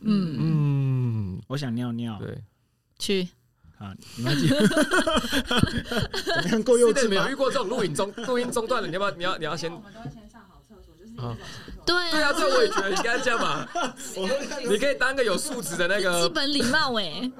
嗯，嗯，我想尿尿对，去啊，你们要记 怎么样够幼是的稚没有吗遇？过这种录影中 录音中断了，你要不要你要你要先我？们都会先上好厕所，就是一啊种厕所。对对啊，啊，这我也觉得应该这样嘛。我都看你可以当个有素质的那基个，本礼貌哎。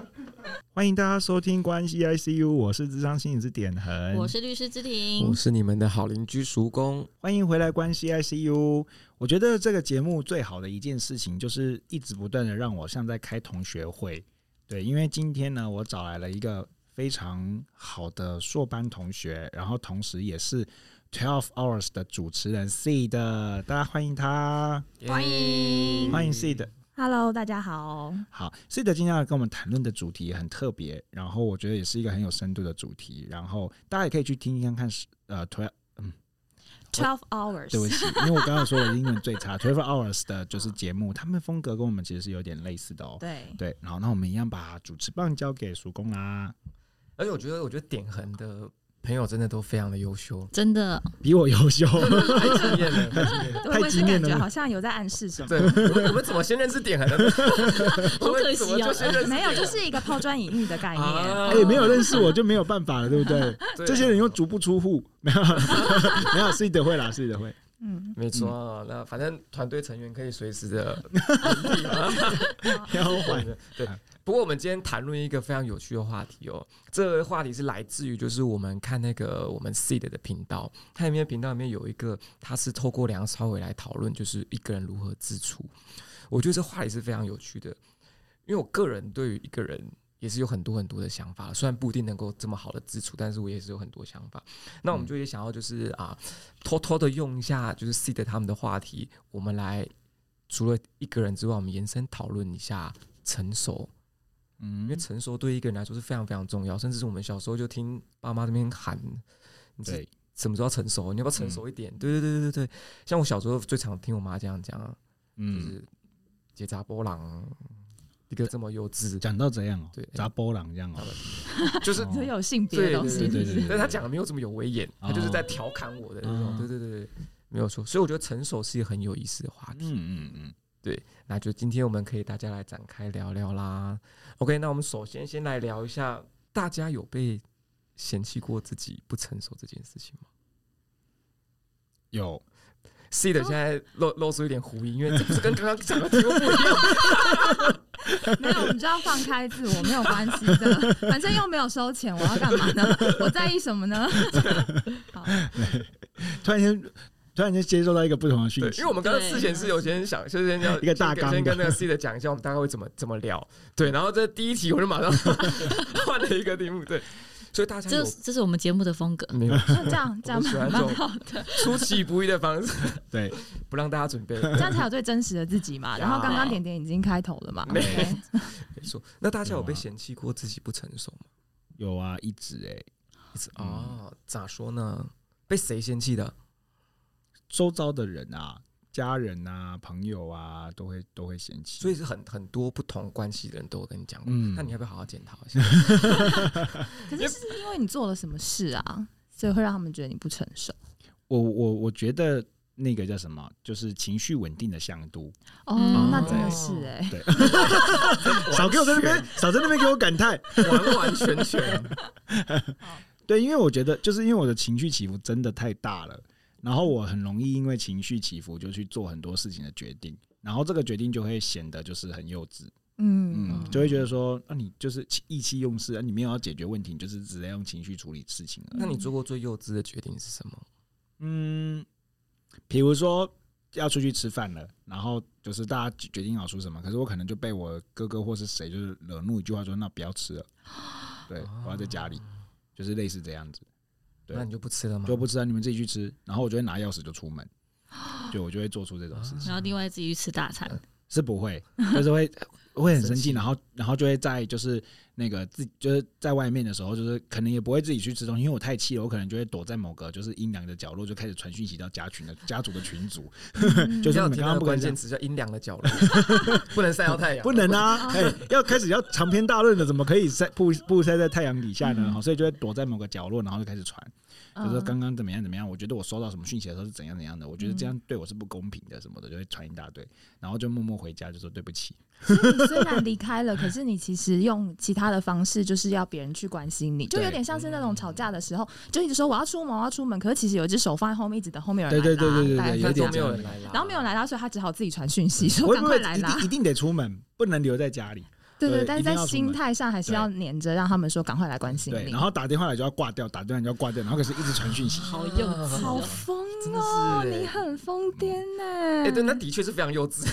欢迎大家收听关系 ICU，我是智商心理师点恒，我是律师之庭哎我，是你们的好邻居叔公。欢迎回来关系 ICU。我觉得这个节目最好的一件事情，就是一直不断的让我像在开同学会。对，因为今天呢，我找来了一个非常好的硕班同学，然后同时也是 Twelve Hours 的主持人 C 的，大家欢迎他，欢迎欢迎 C 的。 Hello，大家好。好，C 的今天要跟我们谈论的主题很特别，然后我觉得也是一个很有深度的主题，然后大家也可以去听听看看，是呃，Twelve。 Twelve 对不 hours，起，因为我刚刚说我英文最差，Twelve Hours 的就是节目，他们风格跟我们其实是有点类似的哦。对，对，然后那我们一样把主持棒交给叔公啦，而且我觉得，我觉得点恒的朋友真的都非常的 优秀，真的哎比我优 秀。太惊艳了。我也是太感惊艳觉了好像有在暗示什 么。对，我们我们怎么先认识点恒的？好可惜哦我们怎么就先认识点恒没有，就是一个抛砖引玉的概念。啊哎、没有认识我就没有办法了，对不对？ 对这些人又足不出户，没有，没有，是的会啦，是的会。嗯，没错啊。那反正团队成员可以随时的然后换哦对。不过我们今天谈论一个非常有趣的话题哦，这个话题是来自于就是我们看那个我们 Seed 的频道，它里面频道里面有一个，它是透过梁朝伟来讨论就是一个人如何自处。我觉得这话题是非常有趣的，因为我个人对于一个人也是有很多很多的想法，虽然不一定能够这么好的自处，但是我也是有很多想法。那我们就也想要就是啊，偷偷的用一下就是 Seed 他们的话题，我们来除了一个人之外，我们延伸讨论一下成熟。因为嗯，成熟对一个人来说是非常非常重要，甚至是我们小时候就听爸妈那边喊，你是对，什么时候要成熟？你嗯要不要成熟一点？对、对对对对对。像我小时候最常听我妈这样讲啊，就嗯，是结扎波浪，一个这么幼稚，讲到这样哦、对砸波浪这样哦、就是哦就有性别的东对西，对对对但他讲的没有这么有威严，他就是在哦调侃我的那种。嗯对对对对，没有错。所以我觉得成熟是一个很有意思的话题。嗯嗯嗯，那就今天我们可以大家来展开聊聊啦。OK，那我们首先先来聊一下，大家有被嫌弃过自己不成熟这件事情吗有， ？C 的现在露露出一点狐疑，因为这不是跟刚刚讲的题目不一样。没有，我们就要放开自我，没有关系的，反正又没有收钱，我要干嘛呢？我在意什么呢？好，突然间，突然间接收到一个不同的讯对，息，因为我们刚刚事前是有先想，就是先要一个大纲的先跟那个 C 的讲一下，我们大概会怎么怎么聊。对，然后这第一题我就马上换了一个题目，对，所以大家这有这是我们节目的风格。没有那这样这样我喜欢蛮这种蛮好的，出其不意的方式，对，不让大家准备。这样才有最真实的自己嘛。然后刚刚点点已经开头了嘛，没 OK 没错，那大家有被有啊嫌弃过自己不成熟吗？有啊，一直哎、一直哦，咋说呢？被谁嫌弃的？周遭的人啊、家人啊、朋友啊，都会都会嫌弃。所以是很很多不同关系的人都有跟你讲过。嗯那你要不要好好检讨一下？可是是因为你做了什么事啊，所以会让他们觉得你不成熟。我我我觉得那个叫什么，就是情绪稳定的向度。哦，嗯那真的哦是哎、对，少给我在那边，少在那边给我感叹。 完完全全，对，因为我觉得，就是因为我的情绪起伏真的太大了，然后我很容易因为情绪起伏就去做很多事情的决定，然后这个决定就会显得就是很幼稚。嗯嗯，，就会觉得说，那、你就是意气用事，啊，你没有要解决问题，你就是只在用情绪处理事情了。那你做过最幼稚的决定是什么？嗯，比如说要出去吃饭了，然后就是大家决定好说什么，可是我可能就被我哥哥或是谁就是惹怒一句话说，那不要吃了，对，我要在家里，就是类似这样子，对哦那你就不吃了吗？就不吃啊了，你们自己去吃，然后我就会拿钥匙就出门，就我就会做出这种事情，然后另外自己去吃大餐，是不会，就是会会很生生气，气然后然后就会在就是那个自就是在外面的时候，就是可能也不会自己去吃东西，因为我太气了，我可能就会躲在某个就是阴凉的角落，就开始传讯息到家群的家族的群组， 就就是要你们刚听到刚的不关敢这键样。词叫阴凉的角落，不能晒到太阳，不能 啊！哎、要开始要长篇大论了，怎么可以晒曝曝晒在太阳底下呢？嗯好，所以就会躲在某个角落，然后就开始传，就嗯说刚刚怎么样怎么样，我觉得我收到什么讯息的时候是怎样怎样的，我觉嗯得这样对我是不公平的什么的，就会传一大堆，然后就默默回家就说对不起。你虽然离开了，可是你其实用其他的方式，就是要别人去关心你，就有对点像是那种吵架的时候，就一直说我要出门，我要出门，可是其实有一只手放在后面，一直等后面有人来对拉，对对对对大概对是有但这都样没有人来啦，然后没有来拉，所以他只好自己传讯息说 我赶快来一拉定。一定得出门，不能留在家 里。对对，对但一是定在要出门心态上还是要黏着，让他们说赶快来关心对，你然。后打电话来就要挂掉，打电话就要挂掉，然后可是一直传讯 息。好幼稚好哦，疯真的哦，是欸你很疯癫呢。哎，对，那的确是非常幼 稚，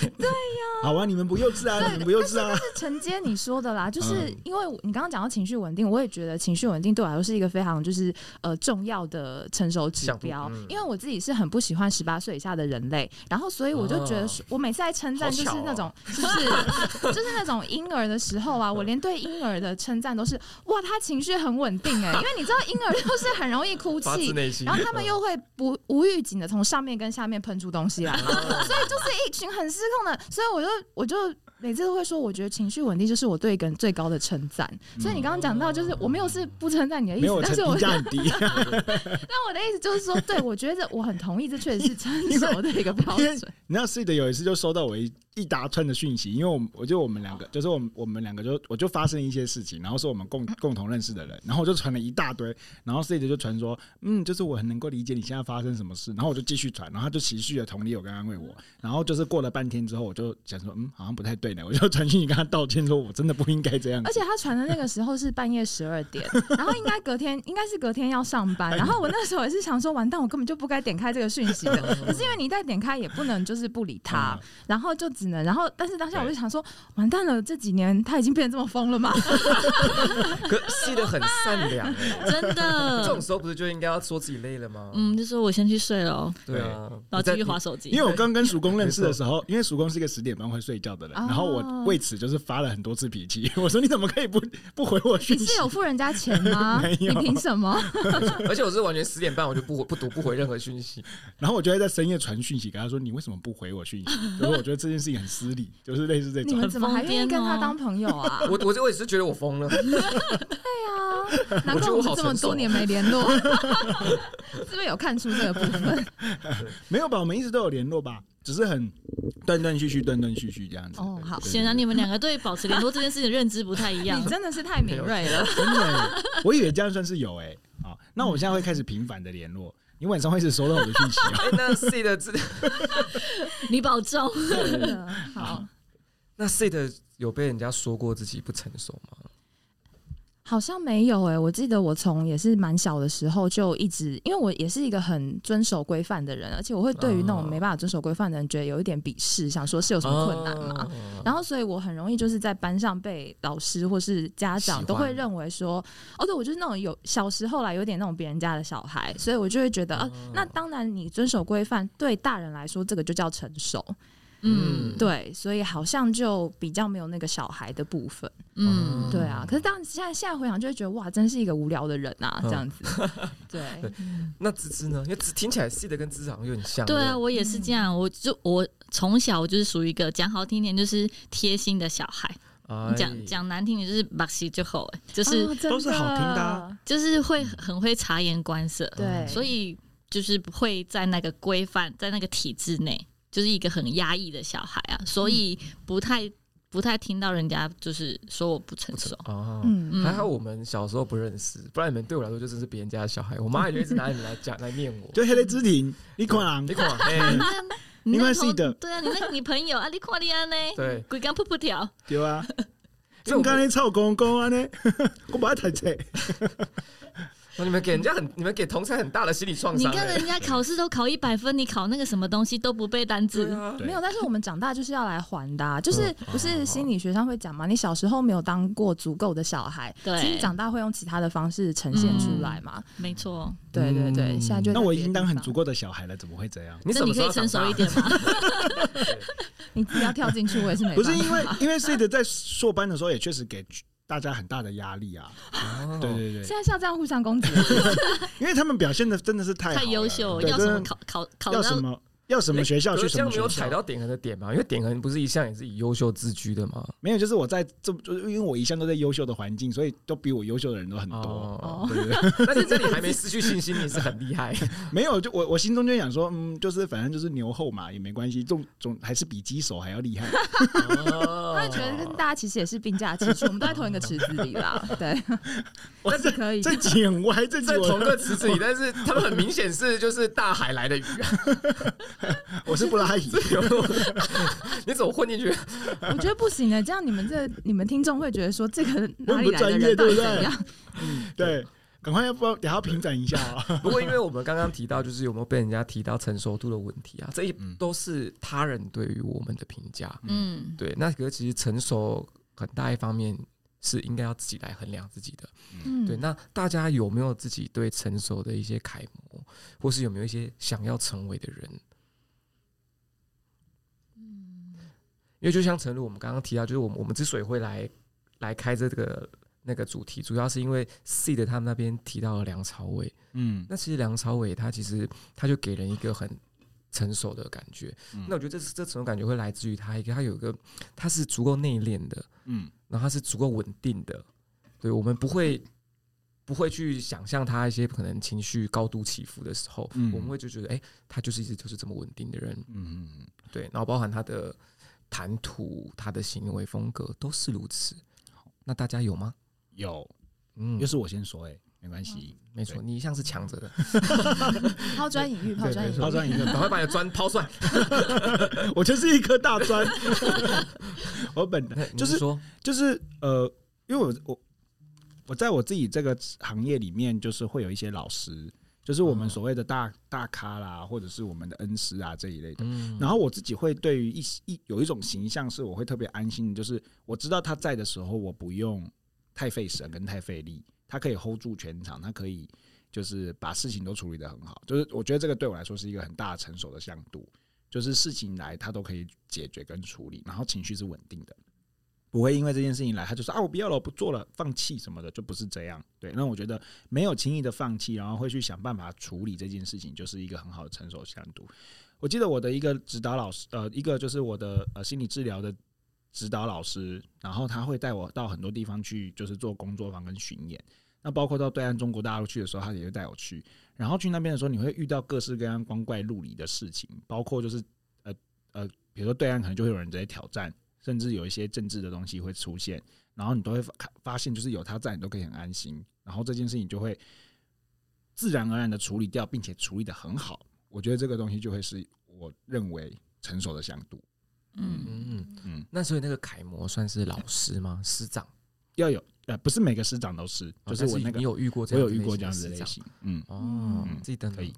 好啊，你们不幼稚啊，你们不幼稚啊。承接你说 的啦，就是嗯因为你刚刚讲到情绪稳定，我也觉得情绪稳定对我来说是一个非常就是呃重要的成熟指标想不嗯，因为我自己是很不喜欢十八岁以下的人类，然后所以我就觉得说，我每次在称赞啊好就是巧哦嗯那种就是就是 那种婴儿的时候啊，我连对婴儿的称赞都是哇，他情绪很稳定哎、因为你知道婴儿就是很容易哭发自泣。内心。然后他们嗯又会不无预警的从上面跟下面喷出东西哦来， 所以就是一群很失控的，所以我就我就每次都会说，我觉得情绪稳定就是我对一个人最高的称赞。所以你刚刚讲到，就是我没有是不称赞你的意没有，思，我 但成是我评 但价很低，我的意思就是说，对我觉得我很同意，这确实是成熟的一个标因为准。你知道 C 的有一次就收到我一一大串的讯息，因为我们我就我们两个，就是我们我们两个就我就发生一些事情，然后是我们共共同认识的人，然后我就传了一大堆，然后 C 的就传说，嗯，就是我很能够理解你现在发生什么事，然后我就继续传，然后他就持续的同理我跟安慰我，然后就是过了半天之后，我就想说，嗯，好像不太对呢，我就传讯息跟他道歉，说我真的不应该这样子而且他传的那个时候是半夜十二点，然后应该隔天应该是隔天要上班，然后我那时候也是想说，完蛋，我根本就不该点开这个讯息的。 可是因为你一旦点开，也不能就是不理嗯他，然后就只能，然后但是当下我就想说，完蛋了，这几年他已经变得这么疯 了吗？可细的很善良哎，真嗯这的种。时候不是就应该要说自己累了吗？嗯，就说我先去睡了哦，对啊，然后你在继续划手机。因为我刚跟曙公认识的时候，因为曙公是一个十点半会睡觉的人，哦然后我为此就是发了很多次脾气，我说你怎么可以不不回我你讯息？是有付人 家钱吗？没你有凭什么？而且我是完全十点半我就不不读不回任何讯息，然后我就会在深夜传讯息给他说你为什么不回我讯息？ 所以我觉得这件事情很失礼，就是类似这你种。们怎么还愿意跟他当朋友啊？我我我也是觉得我疯 了，对 啊，难我觉怪得我我们好这么成熟多年没联 络， 是不是有看出这个部分？没有吧？我们一直都有联络吧，只是很断断续续、断断续续这样子。哦好对显然你们两个对保持联络这件事情的认知不太一样你。真的是太敏锐了。真的，我以为这样算是有哎、好，那我们现在会开始频繁的联络，你晚上会一直收到我的讯息哦。哎、那 C 的这你保重。真的好，那 C 的有被人家说过自己不成熟吗？好像没有诶、我记得我从也是蛮小的时候就一直，因为我也是一个很遵守规范的人，而且我会对于那种哦没办法遵守规范的人觉得有一点鄙视，想说是有什么困难吗？哦然后，所以我很容易就是在班上被老师或是家喜长欢都会认为说，哦，对我就是那种有小时候来有点那种别人家的小孩，所以我就会觉得，呃、那哦当然你遵守规范，对大人来说这个就叫成熟，嗯对，所以好像就比较没有那个小孩的部分，哦嗯，对啊。可是当然现在现在回想就会觉得，哇，真是一个无聊的人啊，嗯 这样子，对，那芝芝呢？因为芝听起来 C 的跟芝芝好像有点像。对啊，不我也是这样。我就我从小我就是属于一个讲好听点就是贴心的小孩，哎啊讲讲难听点就是把戏就好，欸就是哦真都是好听的啊嗯的就是会很会察言观色，嗯对，所以就是会在那个规范，在那个体制内，就是一个很压抑的小孩嗯啊，所以不太不太听到人家就是说我不成熟。哦。嗯。嗯还好我们小时候不认识，不然你们对我来说就真是别人家的小孩。我妈也就一直拿你们来讲 来念我。就黑雷之庭，你可能你看，哎，你没那关系头的对啊，你那你朋友啊，你看你安呢，对，鬼刚噗噗跳，对 啊。这我 你刚才臭公公啊呢，我不爱谈这。那哦你们给人家很，你们给同才很大的心理创你伤、看欸。人家考试都考一百分，你考那个什么东西都不背单对字，啊，对没有，但是我们长大就是要来还的、啊，就是嗯不是心理学上会讲嘛？你小时候没有当过足够的小孩，对其实长大会用其他的方式呈现出来嘛。没错。对对对，嗯现在就那我已经在当别很的地方足，够的小孩了，怎么会这样？你那什你么时可候以成长熟大一？点嘛？你自己要跳进去，我也是没不办法。是因为因为 Sid 在硕班的时候也确实给大家很大的压力啊，哦对对对，现在是要这样互相攻击，因为他们表现的真的是太好太优秀，了对要什么真的考考考要到什么要什么学校可去是什这么样没有学踩校，到点恒的点嘛？因为点恒不是一向也是以优秀自居的嘛？没有就是我在这就是因为我一向都在优秀的环境，所以都比我优秀的人都很多，哦，哦，对对对。 但是这里还没失去信心，你是很厉害。没有，就我我心中就想说，嗯，就是反正就是牛后嘛，也没关系，总总还是比鸡手还要厉害。他会觉得跟大家其实也是并驾齐驱，我们都在同一个池子里啦。 对，我是可以的这集很歪，这集在同我个池子里，但是他们很明显是就是大海来的鱼啊！我是布拉伊， 你怎么混进去？我觉得不行欸的，这样你们这你们听众会觉得说 这个我哪很里不来的专业，人到对底不怎对样？？嗯，对，赶快要不要也要平展一下啊？不过，因为我们刚刚提到，就是有没有被人家提到成熟度的问题啊，这一嗯都是他人对于我们的评价。嗯，对，那可是其实成熟很大一方面是应该要自己来衡量自己的。嗯，对，那大家有没有自己对成熟的一些楷模，或是有没有一些想要成为的人？嗯嗯因为就像陈露我们刚刚提到，就是我们我们之所以会来来开这个那个主题，主要是因为 C 的他们那边提到了梁朝伟。嗯，那其实梁朝伟他其实他就给人一个很成熟的感觉。嗯那我觉得这是这种感觉会来自于他一个他有一个他是足够内敛的，嗯然后他是足够稳定的，对我们不会不会去想象他一些可能情绪高度起伏的时候，嗯我们会就觉得，哎、他就是一直就是这么稳定的人，嗯嗯，对，然后包含他的谈吐、他的行为风格都是如此。那大家有吗？有，嗯又，是我先说，哎，没关系，没错，对你一向是强着的，抛砖引玉，抛砖对引抛玉。砖引玉，赶快把你的砖抛出来。我就是一颗大砖， 我本来那就你是说，就是呃，因为我我我在我自己这个行业里面，就是会有一些老师，就是我们嗯所谓的大、大咖啦，或者是我们的恩师啊这一类的。嗯然后我自己会对于一一有一种形象，是我会特别安心的，就是我知道他在的时候，我不用太费神跟太费力，他可以 hold 住全场，他可以就是把事情都处理得很好。就是我觉得这个对我来说是一个很大的成熟的向度，就是事情来他都可以解决跟处理，然后情绪是稳定的，不会因为这件事情来他就说啊我不要了，我不做了，放弃什么的，就不是这样。对，那我觉得没有轻易的放弃，然后会去想办法处理这件事情，就是一个很好的成熟向度。我记得我的一个指导老师，呃，一个就是我的呃心理治疗的指导老师，然后他会带我到很多地方去，就是做工作坊跟巡演。那包括到对岸中国大陆去的时候，他也会带我去。然后去那边的时候，你会遇到各式各样光怪陆离的事情，包括就是呃呃，比如说对岸可能就会有人直接挑战，甚至有一些政治的东西会出现，然后你都会发发现，就是有他在，你都可以很安心。然后这件事情就会自然而然的处理掉，并且处理的很好。我觉得这个东西就会是我认为成熟的向度。嗯，嗯，嗯，那所以那个楷模算是老师吗？ 师长？要有呃，不是每个师长都是，哦就是但我那个你有遇过这我样有子遇类过型这的样子师的类长型。嗯哦嗯，自己等可以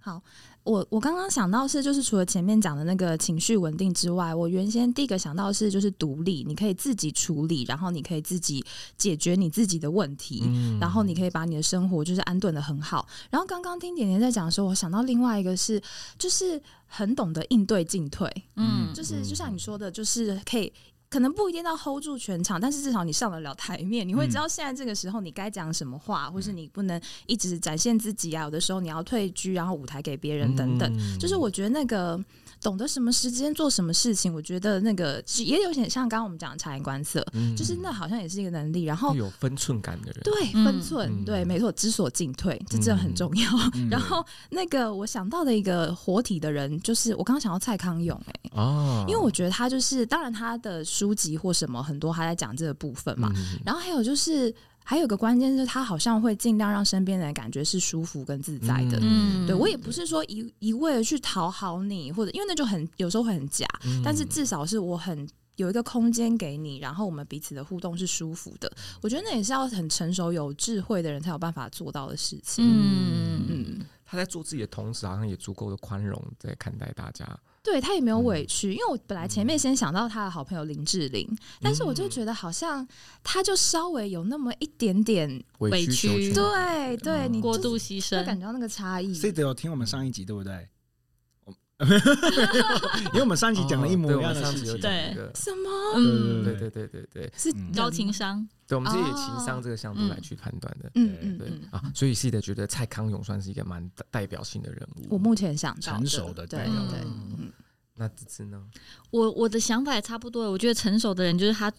我我刚刚想到是，就是除了前面讲的那个情绪稳定之外，我原先第一个想到的是就是独立，你可以自己处理，然后你可以自己解决你自己的问题。嗯然后你可以把你的生活就是安顿的很好。然后刚刚听点点在讲的时候，我想到另外一个是，就是很懂得应对进退，嗯，就就是就像你说的，就是可以。可能不一定要 hold 住全场，但是至少你上得了台面，你嗯会知道现在这个时候你该讲什么话，或是你不能一直展现自己啊。有的时候你要退居，然后舞台给别人等等。嗯就是我觉得那个懂得什么时间做什么事情，我觉得那个也有点像刚刚我们讲的察言观色，嗯就是那好像也是一个能力。然后要有分寸感的人，对，嗯分寸，嗯对，没错，知所进退，这真的很重要。 嗯然后那个我想到的一个活体的人，就是我刚刚想到蔡康永、欸，哦，因为嗯我觉得他就是，当然他的书籍或什么很多还在讲这个部分嘛。嗯然后还有就是，还有一个关键就是他好像会尽量让身边的人感觉是舒服跟自在的。嗯对我也不是说嗯嗯一一味的去讨好你，或者因为那就很有时候会很假，但是至少是我很。有一个空间给你，然后我们彼此的互动是舒服的。我觉得那也是要很成熟、有智慧的人才有办法做到的事情。嗯嗯嗯他在做自己的同时，好像也足够的宽容在看待大家。对他也嗯没有委屈，因为我本来前面先想到他的好朋友林志玲，但是我嗯就觉得好像他就稍微有那么一点点，委屈屈求全，对对，嗯你过就是度牺会感牲，觉到那个差异。 C 得嗯有听我们上一集对不对？我 因为我们上一集讲了一模一样的事哦情，对什么？对嗯，对对对对对，是嗯高情商，对，我们是以哦情商这个向度来去判断的。嗯嗯对嗯，啊，所以是的，觉得蔡康永算是一个蛮代表性的人物。我目前想到成熟的对代对表对嗯嗯那这次呢？我我的想法也差不多。我觉得成熟的人就是他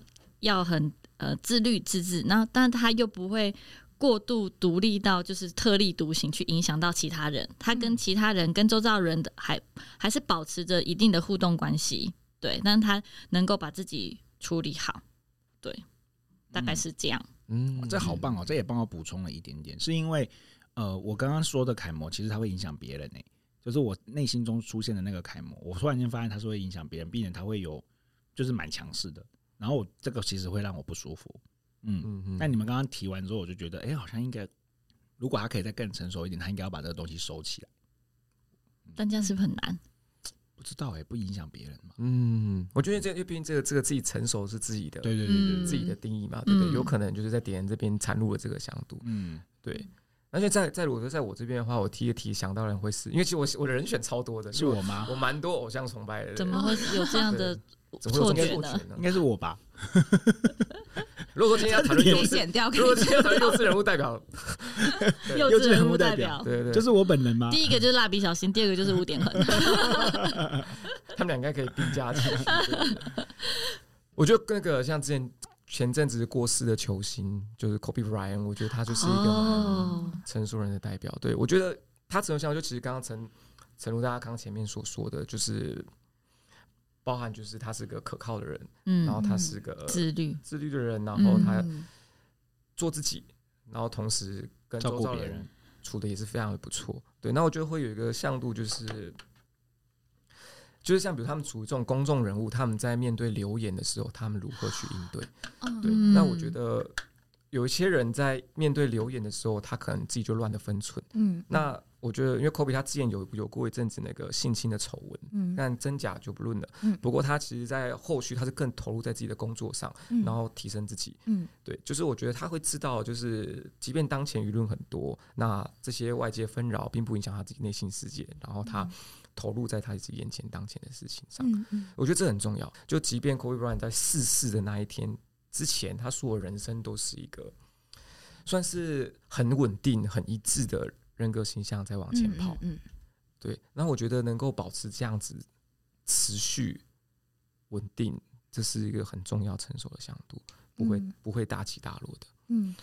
要很呃自律自治，然后但他又不会过度独立到就是特立独行去影响到其他人。他跟嗯其他人、跟周遭人的还还是保持着一定的互动关系，对，但他能够把自己处理好，对，大概是这样。嗯，这好棒哦！这也帮我补充了一点点，是因为呃，我刚刚说的楷模其实它会影响别人呢、欸就是我内心中出现的那个楷模，我突然间发现它是会影响别人，并且它会有就是蛮强势的，然后我这个其实会让我不舒服，嗯。嗯嗯但你们刚刚提完之后，我就觉得，哎、好像应该，如果他可以再更成熟一点，他应该要把这个东西收起来。但这样是不是很难？不知道哎、不影响别人嘛？嗯，我觉得这因为毕竟这个这个自己成熟是自己的，对对对对嗯对，自己的定义嘛，对不对？嗯有可能就是在别人这边掺入了这个向度，嗯，对。而且在在我说在我这边的话，我提一提想到的人会是，因为其实我我的人选超多的，是我吗 我？蛮多偶像崇拜的，怎么会有这样 的？怎么会错有这觉种呢错觉呢应？该是我吧？ 如果说今天 要谈论可幼以稚，剪掉，可如果以今天要谈论幼稚人物代 表，幼幼稚稚人人物物代代表，表对对，就是我本人吗？第一个就是蜡笔小新，第二个就是五点恒。他们俩应该可以并驾齐驱。对对对我觉得那个像之前前阵子过世的球星，就是 Kobe Bryant，我觉得他就是一个蛮哦，成熟人的代表。对我觉得他成熟像就其实刚刚陈陈如大家刚前面所说的，就是包含就是他是个可靠的人，嗯，然后他是个自律，自律的人，然后他嗯做自己，然后同时跟照周顾遭的别人人，处的也是非常的不错。对，那我觉得会有一个向度，就是就是像比如他们处于这种公众人物，他们在面对留言的时候，他们如何去应对？对，嗯那我觉得有一些人在面对留言的时候，他可能自己就乱了分寸。嗯那我觉得，因为 Kobe 他之前有有过一阵子那个性侵的丑闻。嗯但真假就不论了嗯。不过他其实，在后续他是更投入在自己的工作上，嗯然后提升自己。嗯对，就是我觉得他会知道，就是即便当前舆论很多，那这些外界纷扰并不影响他自己内心世界，然后他啊投入在他自己眼前当前的事情上。嗯嗯我觉得这很重要。就即便 Kobe Bryant 在逝世的那一天之前，他所有人生都是一个算是很稳定、很一致的人格形象在往前跑。嗯对，那我觉得能够保持这样子持续稳定，这是一个很重要成熟的向度，不会、嗯不会大起大落的。嗯。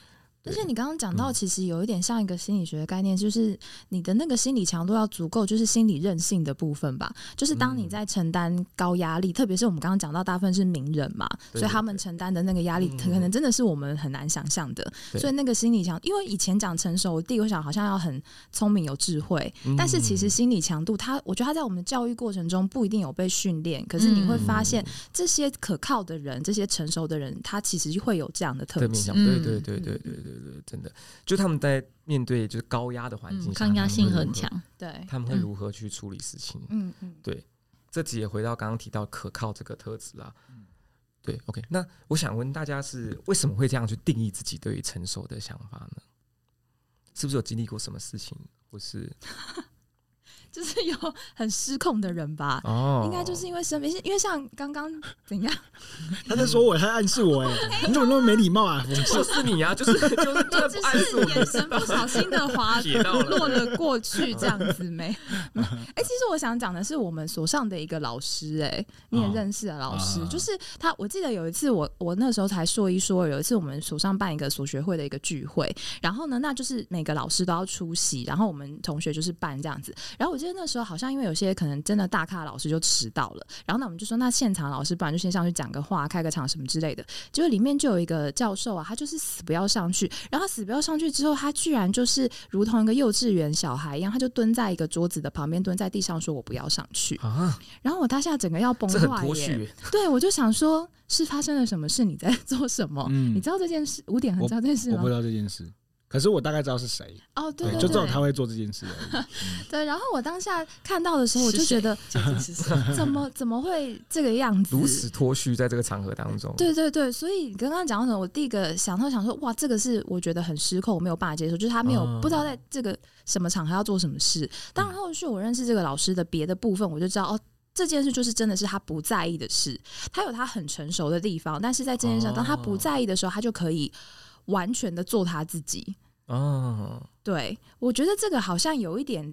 而对且你刚刚讲到，嗯其实有一点像一个心理学的概念，就是你的那个心理强度要足够，就是心理韧性的部分吧。就是当你嗯在承担高压力，特别是我们刚刚讲到，大部分是名人嘛，对所以他对们对承担的那个压力，嗯可能真的是我们很难想象的。对所以那个心理强，因为以前讲成熟，我第一个想好像要很聪明有智慧，嗯但是其实心理强度它，我觉得它在我们的教育过程中不一定有被训练，可是你嗯会发现这些可靠的人，这些成熟的人，他其实会有这样的特的面质向，。嗯对对对对对对对，真的，就他们在面对就是高压的环境嗯，下，抗压性很他们会如何，强，嗯对，他们会如何去处理事情？嗯嗯这集也回到刚刚提到可靠这个特质啊。对，OK，那我想问大家是为什么会这样去定义自己对于成熟的想法呢？是不是有经历过什么事情，或是就是有很失控的人吧。哦应该就是因为身边，因为像刚刚 怎样，他在说我，他在暗示我哎、嗯你怎么那么没礼貌啊？就是你啊，就是 就是就是只不暗示我是眼们神不小心 的滑写到了，落了过去这样子 没？没哎、其实我想讲的是，我们所上的一个老师、哎，你也哦认识的老师，啊就是他。我记得有一次我，我那时候才硕一硕二，有一次我们所上办一个所学会的一个聚会，然后呢，那就是每个老师都要出席，然后我们同学就是办这样子。然后我记得就是那时候好像因为有些可能真的大咖老师就迟到了，然后那我们就说那现场老师不然就先上去讲个话、开个场什么之类的。结果里面就有一个教授啊，他就是死不要上去，然后他死不要上去之后，他居然就是如同一个幼稚园小孩一样，他就蹲在一个桌子的旁边，蹲在地上说我不要上去。啊，然后我当下整个要崩这很坏脱耶！序，对，我就想说是发生了什么事？你在做什么？嗯你知道这件事？五点很知道这件事嗯我不吗知？道这件事，可是我大概知道是谁，哦，对对就对知道他会做这件事而已。对，然后我当下看到的时候，我是就觉谁得究竟是谁？ 怎么怎么会这个样子？如此脱序，在这个场合当中，对对对，所以你刚刚讲到什么？我第一个想到想说，哇，这个是我觉得很失控，我没有办法接受，就是他没有、嗯不知道在这个什么场合要做什么事。当然后续我认识这个老师的别的部分，我就知道哦。这件事就是真的是他不在意的事，他有他很成熟的地方，但是在这件事上，当他不哦在意的时候，他就可以完全的做他自己。哦，对，我觉得这个好像有一点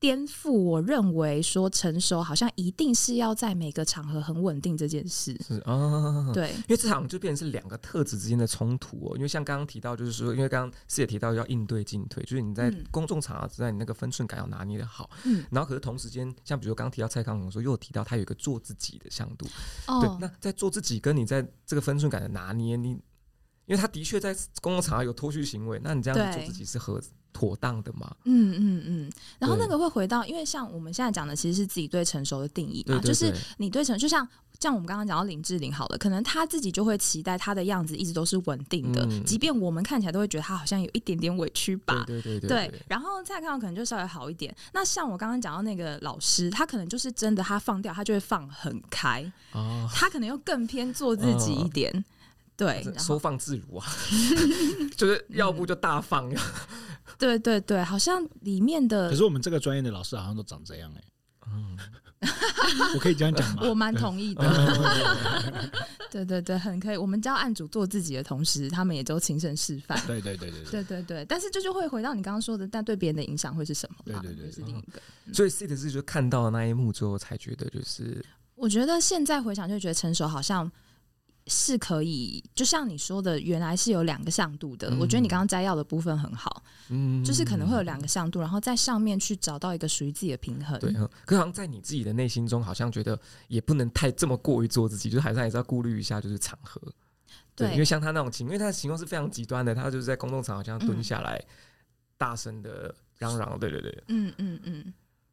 颠覆我认为说成熟好像一定是要在每个场合很稳定这件事。是啊，。对，因为这好像就变成是两个特质之间的冲突哦。因为像刚刚提到，就是说，因为刚刚是也提到要应对进退，就是你在嗯公众场合之外，你那个分寸感要拿捏的好。嗯，然后可是同时间，像比如刚刚提到蔡康永说，又有提到他有一个做自己的向度。对哦，，那在做自己跟你在这个分寸感的拿捏，你因为他的确在公共场合有脱序行为，那你这样子对做自己是合妥当的嘛？嗯嗯嗯。然后那对个会回到，因为像我们现在讲的，其实是自己对成熟的定义对嘛，对对，啊就是你对成，就像像我们刚刚讲到林志玲好了，可能她自己就会期待她的样子一直都是稳定的，嗯即便我们看起来都会觉得她好像有一点点委屈吧，对对对对，然后蔡康永可能就稍微好一点。那像我刚刚讲到那个老师，他可能就是真的，他放掉他就会放很开，啊，哦他可能又更偏做自己一点。对，然收后放自如啊， 就是要不就大放，对对对，好像里面可的是我们这个专业的老师好像都长这样哎、 嗯，我可以这样讲吗？。我蛮同意的。 对对对，很可以。我们教案主做自己的同时，他们也都亲身示范对对对对对对对对，但是这就会回到你刚刚说的，但对别人的影响会是什么啦？对对对就是另一个。所以 C 的是就看到那一幕之后才觉得就是我觉得现在回想就觉得成熟好像是可以，就像你说的，原来是有两个向度的。嗯我觉得你刚刚摘要的部分很好，嗯，就是可能会有两个向度，然后在上面去找到一个属于自己的平衡。对，嗯可好像在你自己的内心中，好像觉得也不能太这么过于做自己，就是还是还是要顾虑一下，就是场合。对因为像他那种情，因为他的情况是非常极端的，他就是在公众场合这样嗯蹲下来，大声的嚷嚷，对对对，嗯嗯嗯，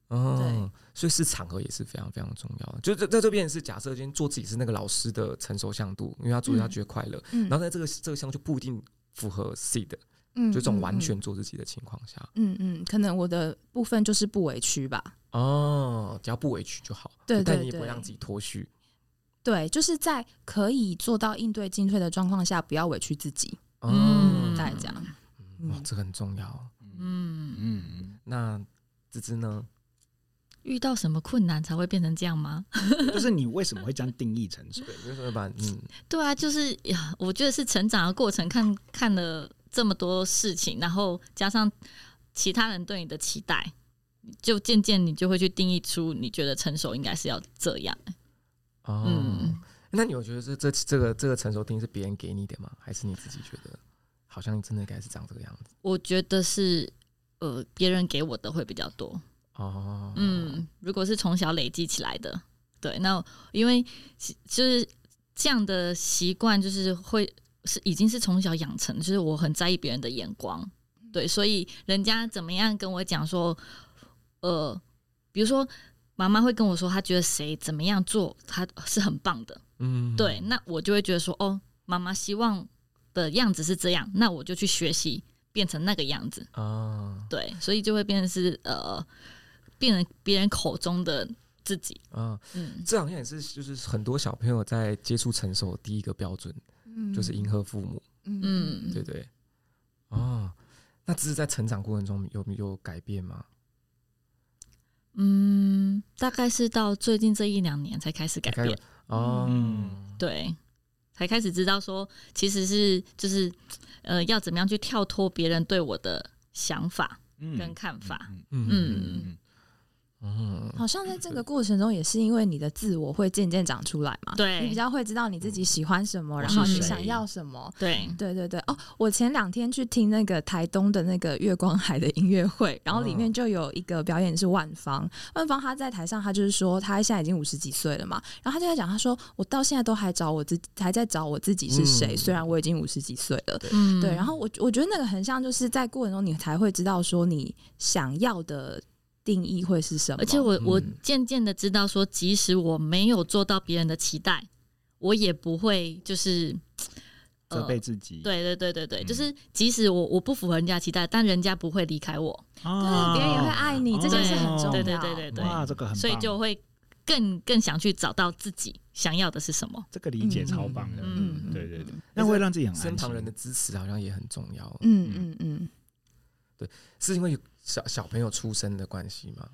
嗯，所以是场合也是非常非常重要的。就在在这边是假设今天做自己是那个老师的成熟向度，因为他做嗯他觉得快乐，嗯然后在这个这个项目就不一定符合 C 的，嗯就这种完全。做自己的情况下，嗯嗯，可能我的部分就是不委屈吧。哦，只要不委屈就好，对但对你也不会对让自己脱序。对，就是在可以做到应对进退的状况下，不要委屈自己。嗯哦大概这样。哇，嗯这个很重要。嗯，嗯嗯那芝芝呢？遇到什么困难才会变成这样吗？ 嗯，就是你为什么会这样定义成熟？对，你为什么把嗯对啊，就是呀，我觉得是成长的过程，看看了这么多事情，然后加上其他人对你的期待，就渐渐你就会去定义出你觉得成熟应该是要这样。哦，嗯那你有觉得这这这个这个成熟定义是别人给你的吗？还是你自己觉得好像真的应该是长这个样子？我觉得是呃，别人给我的会比较多。哦，嗯，如果是从小累积起来的，对，那因为其就是这样的习惯，就是会是已经是从小养成，就是我很在意别人的眼光，对，所以人家怎么样跟我讲说，呃，比如说妈妈会跟我说，她觉得谁怎么样做，她是很棒的，嗯对，那我就会觉得说，哦，妈妈希望的样子是这样，那我就去学习变成那个样子，啊对，所以就会变成是呃，变成别人口中的自己。啊，嗯，这好像也是就是很多小朋友在接触成熟的第一个标准，嗯就是迎合父母，嗯嗯对不对？哦，那只是在成长过程中有有改变吗？嗯，大概是到最近这一两年才开始改变，哦，嗯对，才开始知道说其实是就是呃，要怎么样去跳脱别人对我的想法嗯跟看法。嗯嗯嗯嗯，嗯，好像在这个过程中，也是因为你的自我会渐渐长出来嘛，对你比较会知道你自己喜欢什么，我然是后你谁想要什么。对，对对对，哦，我前两天去听那个台东的那个月光海的音乐会，然后里嗯面就有一个表演是万芳，万芳她在台上，她就是说她现在已经五十几岁了嘛，然后她就在讲，她说我到现在都还找我自己，还在找我自己是谁，嗯虽然我已经五十几岁了。嗯对，然后我我觉得那个很像，就是在过程中你才会知道说你想要的定义会是什么，而且我我嗯渐渐的知道说，即使我没有做到别人的期待，我也不会就是责备自己，对对对对对，嗯就是即使我我不符合人家期待，但人家不会离开我，啊，对，别人也会爱你，这件事很重要。哦对对对对对，哇，这个很棒，所以就会更更想去找到自己想要的是什么。这个理解超棒的，嗯对对对，那会让自己很安心身旁人的支持好像也很重要。嗯嗯嗯，是因为有小小朋友出生的关系吗？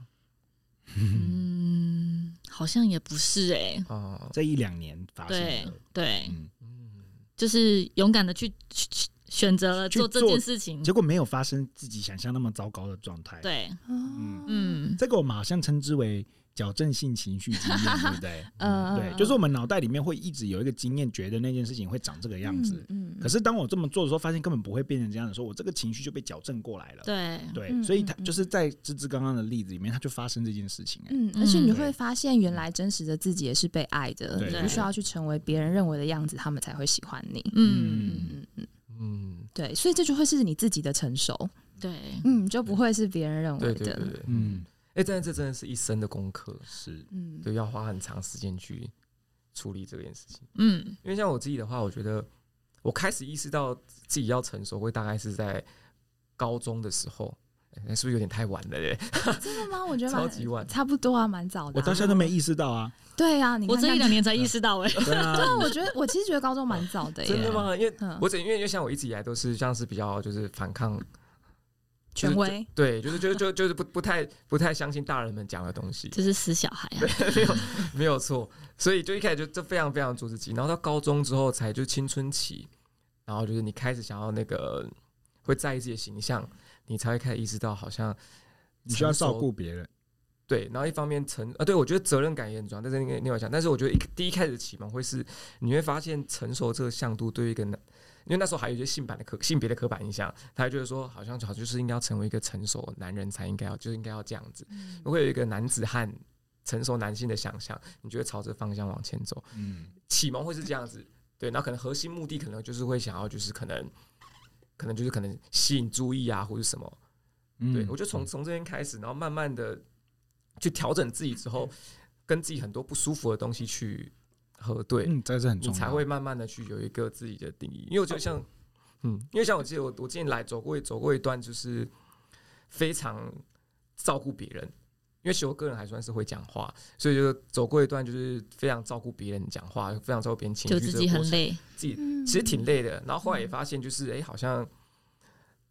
嗯，好像也不是哎、哦，这一两年发生对的，对，嗯，嗯，就是勇敢的去去去选择了去做这做件事情结。果没有发生自己想象那么糟糕的状态，，对，嗯嗯，这个我们好像称之为矫正性情绪经 验，对不对？嗯对，就是我们脑袋里面会一直有一个经验，觉得那件事情会长这个样子。嗯可是当我这么做的时候，发现根本不会变成这样的时候，我这个情绪就被矫正过来了。对，对，嗯所以他嗯嗯就是在芝芝刚刚的例子里面，他就发生这件事情。哎，嗯，而且你会发现，原来真实的自己也是被爱的，你不需要去成为别人认为的样子，他们才会喜欢你。嗯，嗯嗯嗯，嗯，对，所以这就会是你自己的成熟，对，嗯，就不会是别人认为对对的对。对，嗯，嗯，哎，但是这真的是一生的功课，是，嗯，对，要花很长时间去处理这件事情。嗯因为像我自己的话，我觉得我开始意识到自己要成熟，会大概是在高中的时候。哎是不是有点太晚了嘞？真的吗？我觉得超级晚蛮差不多啊，蛮早的。我到现在都没意识到啊。对啊，你我这一两年才意识到哎、对啊， 对啊，我觉得我其实觉得高中蛮早的耶，真的吗？因为嗯我只因为因为像我一直以来都是像是比较就是反抗权威，对，就是就是就就是不不太不太相信大人们讲的东西，这是死小孩啊，没有没有错，所以就一开始就就非常非常做自己，然后到高中之后才就青春期，然后就是你开始想要那个会在意自己的形象，你才会开始意识到好像你需要照顾别人。对，然后一方面成啊，对我觉得责任感也很重要，但是另另外讲，但是我觉得一第一开始启蒙会是你会发现成熟这个向度对于一个男，因为那时候还有一些性版的刻性别的刻板印象，他就觉得说好像好就是应该要成为一个成熟的男人才应该要就是应该要这样子，会有一个男子汉成熟男性的想象，你就会朝这方向往前走，嗯，启蒙会是这样子，对，然后可能核心目的可能就是会想要就是可能可能就是可能吸引注意啊或者什么，嗯对，我就从从这边开始，然后慢慢的去调整自己之后，跟自己很多不舒服的东西去核对，嗯，这是很你重要，才会慢慢的去有一个自己的定义。因为我就像，嗯，因为像我记得我我之前来走过走过一段，就是非常照顾别人。因为其实我个人还算是会讲话，所以就走过一段就是非常照顾别人讲话，非常照顾别人情绪就这自个己很过程累，自己嗯其实挺累的。然后后来也发现，就是哎、诶好像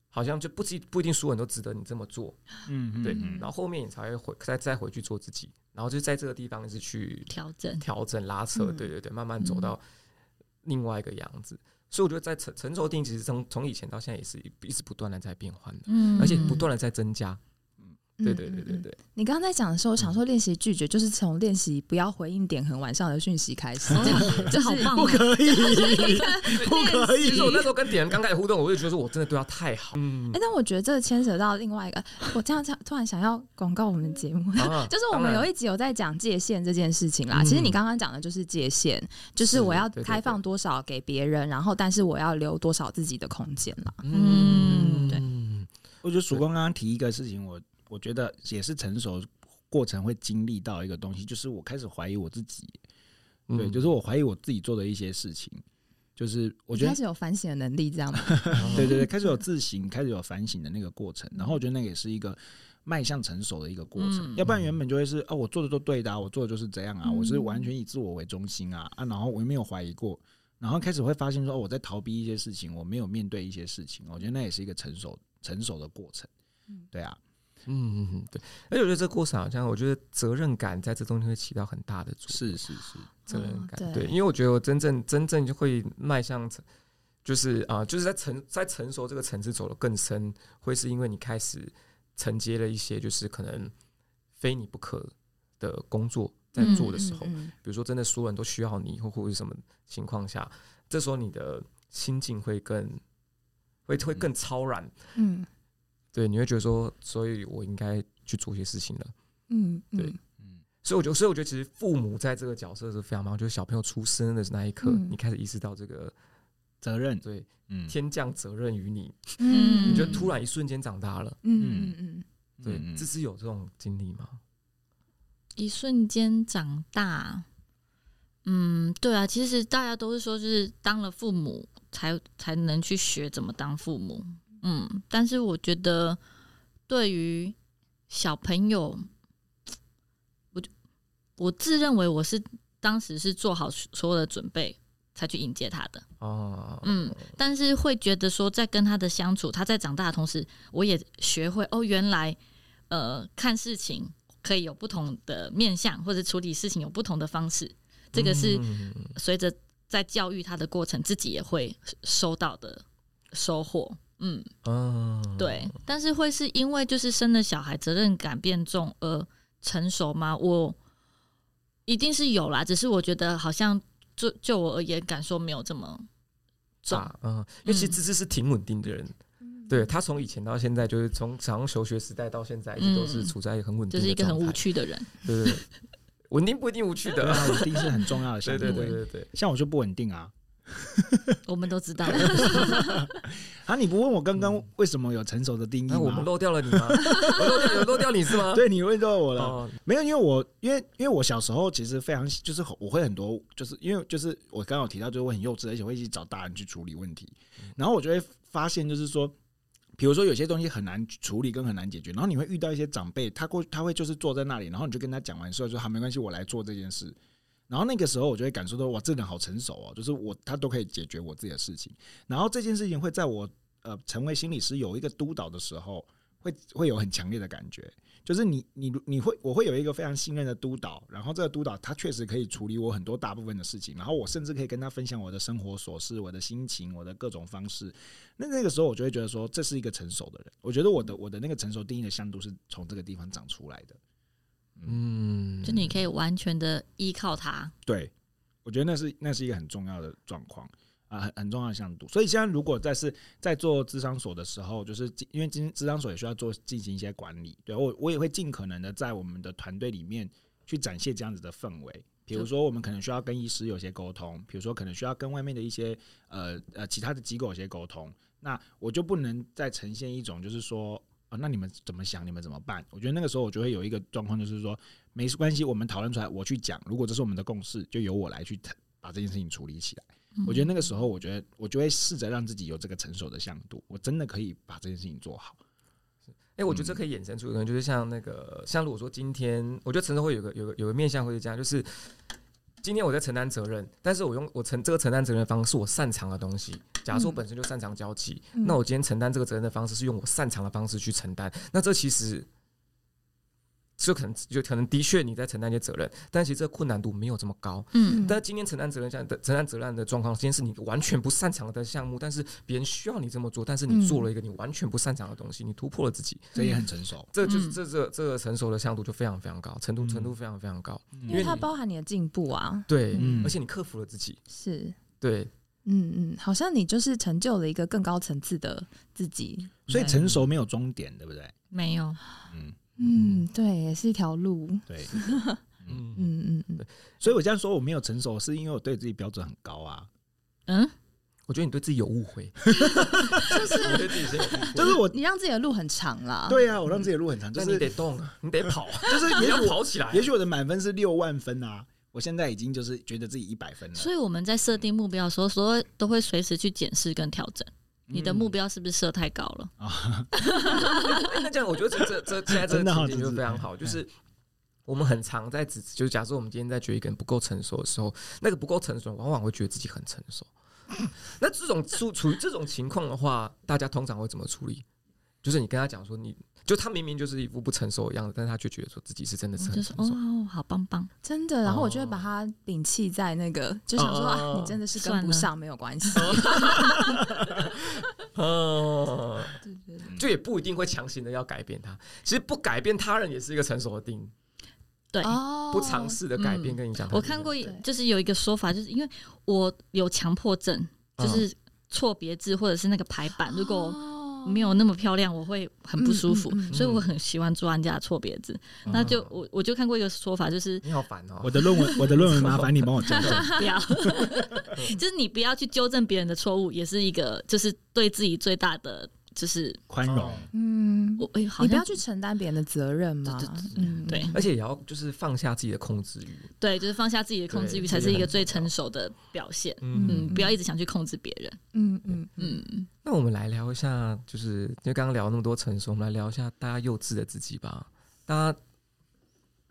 好像就不记不一定所有人都值得你这么做，嗯嗯 对。嗯然后后面你才会回再再回去做自己，然后就在这个地方是去调整，调整拉扯，嗯对对对，慢慢走到另外一个样子。所以我觉得在成成熟定其实从从以前到现在也是一一直不断的在变换的，嗯而且不断的在增加。对对对对嗯。嗯嗯对，你刚刚在讲的时候，嗯我想说练习拒绝就是从练习不要回应点很晚上的讯息开啊始，这样这好棒不哦、可以，不可其实我 以。那时候跟点人刚开始互动，我就觉得说我真的对他太好，嗯哎、但我觉得这牵扯到另外一个，我这样这样突然想要广告我们节目， 啊 就是我当然们有一集有在讲界限这件事情啦。嗯其实你刚刚讲的就是界限，就是是我要对对对开放多少给别人，然后但是我要留多少自己的空间啦。嗯对嗯我觉得曙光刚刚提一个事情，我我觉得也是成熟过程会经历到一个东西，就是我开始怀疑我自己，对，就是我怀疑我自己做的一些事情，就是我觉得你开始有反省的能力，这样吗？对对对，开始有自省，开始有反省的那个过程，然后我觉得那个也是一个迈向成熟的一个过程，嗯要不然原本就会是啊，我做的都对的、啊，我做的就是这样啊，嗯我是完全以自我为中心啊啊，然后我也没有怀疑过，然后开始会发现说、哦我在逃避一些事情，我没有面对一些事情，我觉得那也是一个成熟成熟的过程，对啊，嗯，嗯对，而且我觉得这个过程好像，我觉得责任感在这中间会起到很大的作是是是，责任哦感，对对，因为我觉得我真正真正就会迈向成，就是啊、就是在成在成熟这个层次走得更深，会是因为你开始承接了一些就是可能非你不可的工作在嗯做的时候，比如说真的所有人都需要你，或或者是什么情况下，这时候你的心境会更会会更超然，嗯对，你会觉得说，所以我应该去做些事情了。嗯嗯，对所以我觉得，所以我觉得，其实父母在这个角色是非常棒。就是小朋友出生的那一刻，嗯你开始意识到这个责任，对嗯，天降责任于你，嗯你就嗯突然一瞬间长大了。嗯嗯嗯对，嗯芝芝有这种经历吗？一瞬间长大，嗯，对啊，其实大家都是说，就是当了父母才才能去学怎么当父母，嗯，但是我觉得对于小朋友，我就我自认为我是当时是做好所有的准备才去迎接他的，哦，嗯，但是会觉得说，在跟他的相处，他在长大的同时，我也学会哦，原来呃，看事情可以有不同的面向，或者处理事情有不同的方式。这个是嗯随着在教育他的过程，自己也会收到的收获。嗯，嗯，对。但是会是因为就是生了小孩，责任感变重而成熟吗？我一定是有啦，只是我觉得好像就就我而言，感受没有这么重。啊，嗯，因为其实芝芝是挺稳定的人，嗯，对他从以前到现在，就是从上求学时代到现在，一直都是嗯处在一个很稳定就的是一个很无状态，趣的人。对对对，稳定不一定无趣对 的，啊，稳定是很重要的对项目。对对对对，像我就不稳定啊。我们都知道，啊，你不问我刚刚嗯为什么有成熟的定义那我们吗？漏掉了你吗？ 我漏掉有漏掉你是吗？对，你问到我了。哦，没有，因为我因为因为我小时候其实非常就是我会很多，就是因为就是我刚刚有提到，就是我很幼稚，而且会去找大人去处理问题，然后我就会发现就是说。比如说有些东西很难处理跟很难解决，然后你会遇到一些长辈，他过他会就是坐在那里，然后你就跟他讲完之后就说好没关系，我来做这件事。然后那个时候我就会感受到哇，这人好成熟哦，就是我他都可以解决我自己的事情。然后这件事情会在我呃成为心理师有一个督导的时候，会会有很强烈的感觉。就是你你你会我会有一个非常信任的督导，然后这个督导他确实可以处理我很多大部分的事情，然后我甚至可以跟他分享我的生活琐事、我的心情、我的各种方式。那那个时候我就会觉得说，这是一个成熟的人。我觉得我的我的那个成熟定义的向度是从这个地方长出来的。嗯，就你可以完全的依靠他。对，我觉得那是那是一个很重要的状况啊，很很重要的向度。所以现在如果在是在做智商所的时候，就是进因为今智商所也需要做进行一些管理，对我我也会尽可能的在我们的团队里面去展现这样子的氛围。比如说，我们可能需要跟医师有些沟通，比如说可能需要跟外面的一些呃呃其他的机构有些沟通，那我就不能再呈现一种就是说。啊，那你们怎么想？你们怎么办？我觉得那个时候我就会有一个状况，就是说，没事关系，我们讨论出来，我去讲。如果这是我们的共识，就由我来去谈把这件事情处理起来。嗯我觉得那个时候，我觉得我就会试着让自己有这个成熟的向度，我真的可以把这件事情做好。哎、我觉得嗯这可以衍生出一个，就是像那个，像如果说今天，我觉得承担会有个有个有个面向会是这样，就是今天我在承担责任，但是我用我承这个承担责任的方式，我擅长的东西。假如说我嗯本身就擅长交际，嗯那我今天承担这个责任的方式是用我擅长的方式去承担，那这其实。就可能就可能的确你在承担一些责任，但其实这个困难度没有这么高。嗯但今天承担责任下的承担责任的状况，今天是你完全不擅长的项目，但是别人需要你这么做，但是你嗯做了一个你完全不擅长的东西，你突破了自己，这也很成熟，这就是嗯这这这个成熟的向度就非常非常高，程度嗯程度非常非常高，因为它你包含你的进步啊，对，嗯而且你克服了自己，是，对，嗯嗯，好像你就是成就了一个更高层次的自己，所以对成熟没有终点，对不对？没有，嗯，嗯，对，也是一条路，对。嗯，嗯，嗯嗯嗯，所以我这样说我没有成熟，是因为我对自己标准很高啊。嗯，我觉得你对自己有误会，就是你对自己先有误会，就是我，你让自己的路很长啦，对啊，我让自己的路很长，就但你是得动啊，你得跑，就是你也要许我跑起来啊也，许我的满分是六万分啊，我现在已经就是觉得自己一百分了。所以我们在设定目标的时候，所有都会随时去检视跟调整。你嗯的目标是不是设太高了？ 那这样我觉得这这这现在这真的嗯个好情景就就是非常好，就是。我们很常在指，就是假设我们今天在觉得一个人不够成熟的时候，那个不够成熟，往往会觉得自己很成熟。 那这种处处于这种情况的话，大家通常会怎么处理？就是你跟他讲说你，就他明明就是一副不成熟的样子，但是他却觉得说自己是真的我是很就成说熟。哦，好棒棒，真的，然后我就哦会把它摒弃在那个，就想说哦啊，你真的是跟算不了 上，没有关系，嗯，哦对对对 就却也不一定会强行的要改变它。其实不改变他人也是一个成熟的定义，对，哦不尝试的改变嗯跟影响他人。我看过一对就是有一个说法，就是因为我有强迫症，嗯就是错别字或者是那个排版，如果哦没有那么漂亮，我会很不舒服，嗯嗯嗯所以我很喜欢抓人家的错别字。嗯，那就我我就看过一个说法，就是你好烦哦，我的论文，我的论文，麻烦你帮我纠正。 不要，就是你不要去纠正别人的错误，也是一个就是对自己最大的就是宽容，哦，嗯，我哎、好你不像要去承担别人的责任嘛对对。嗯，对而且也要就是放下自己的控制欲。对，就是放下自己的控制欲对才这是个一个很最重要成熟的表现。嗯，嗯，不要一直想去控制别人。嗯嗯嗯，嗯，那我们来聊一下，就是因为刚刚聊那么多成熟，我们来聊一下大家幼稚的自己吧。大家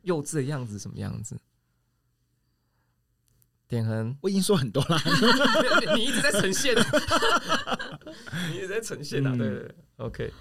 幼稚的样子是什么样子？点恒我已经说很多啦，你一直在呈现， 你一直在呈现啊！嗯对对对，OK，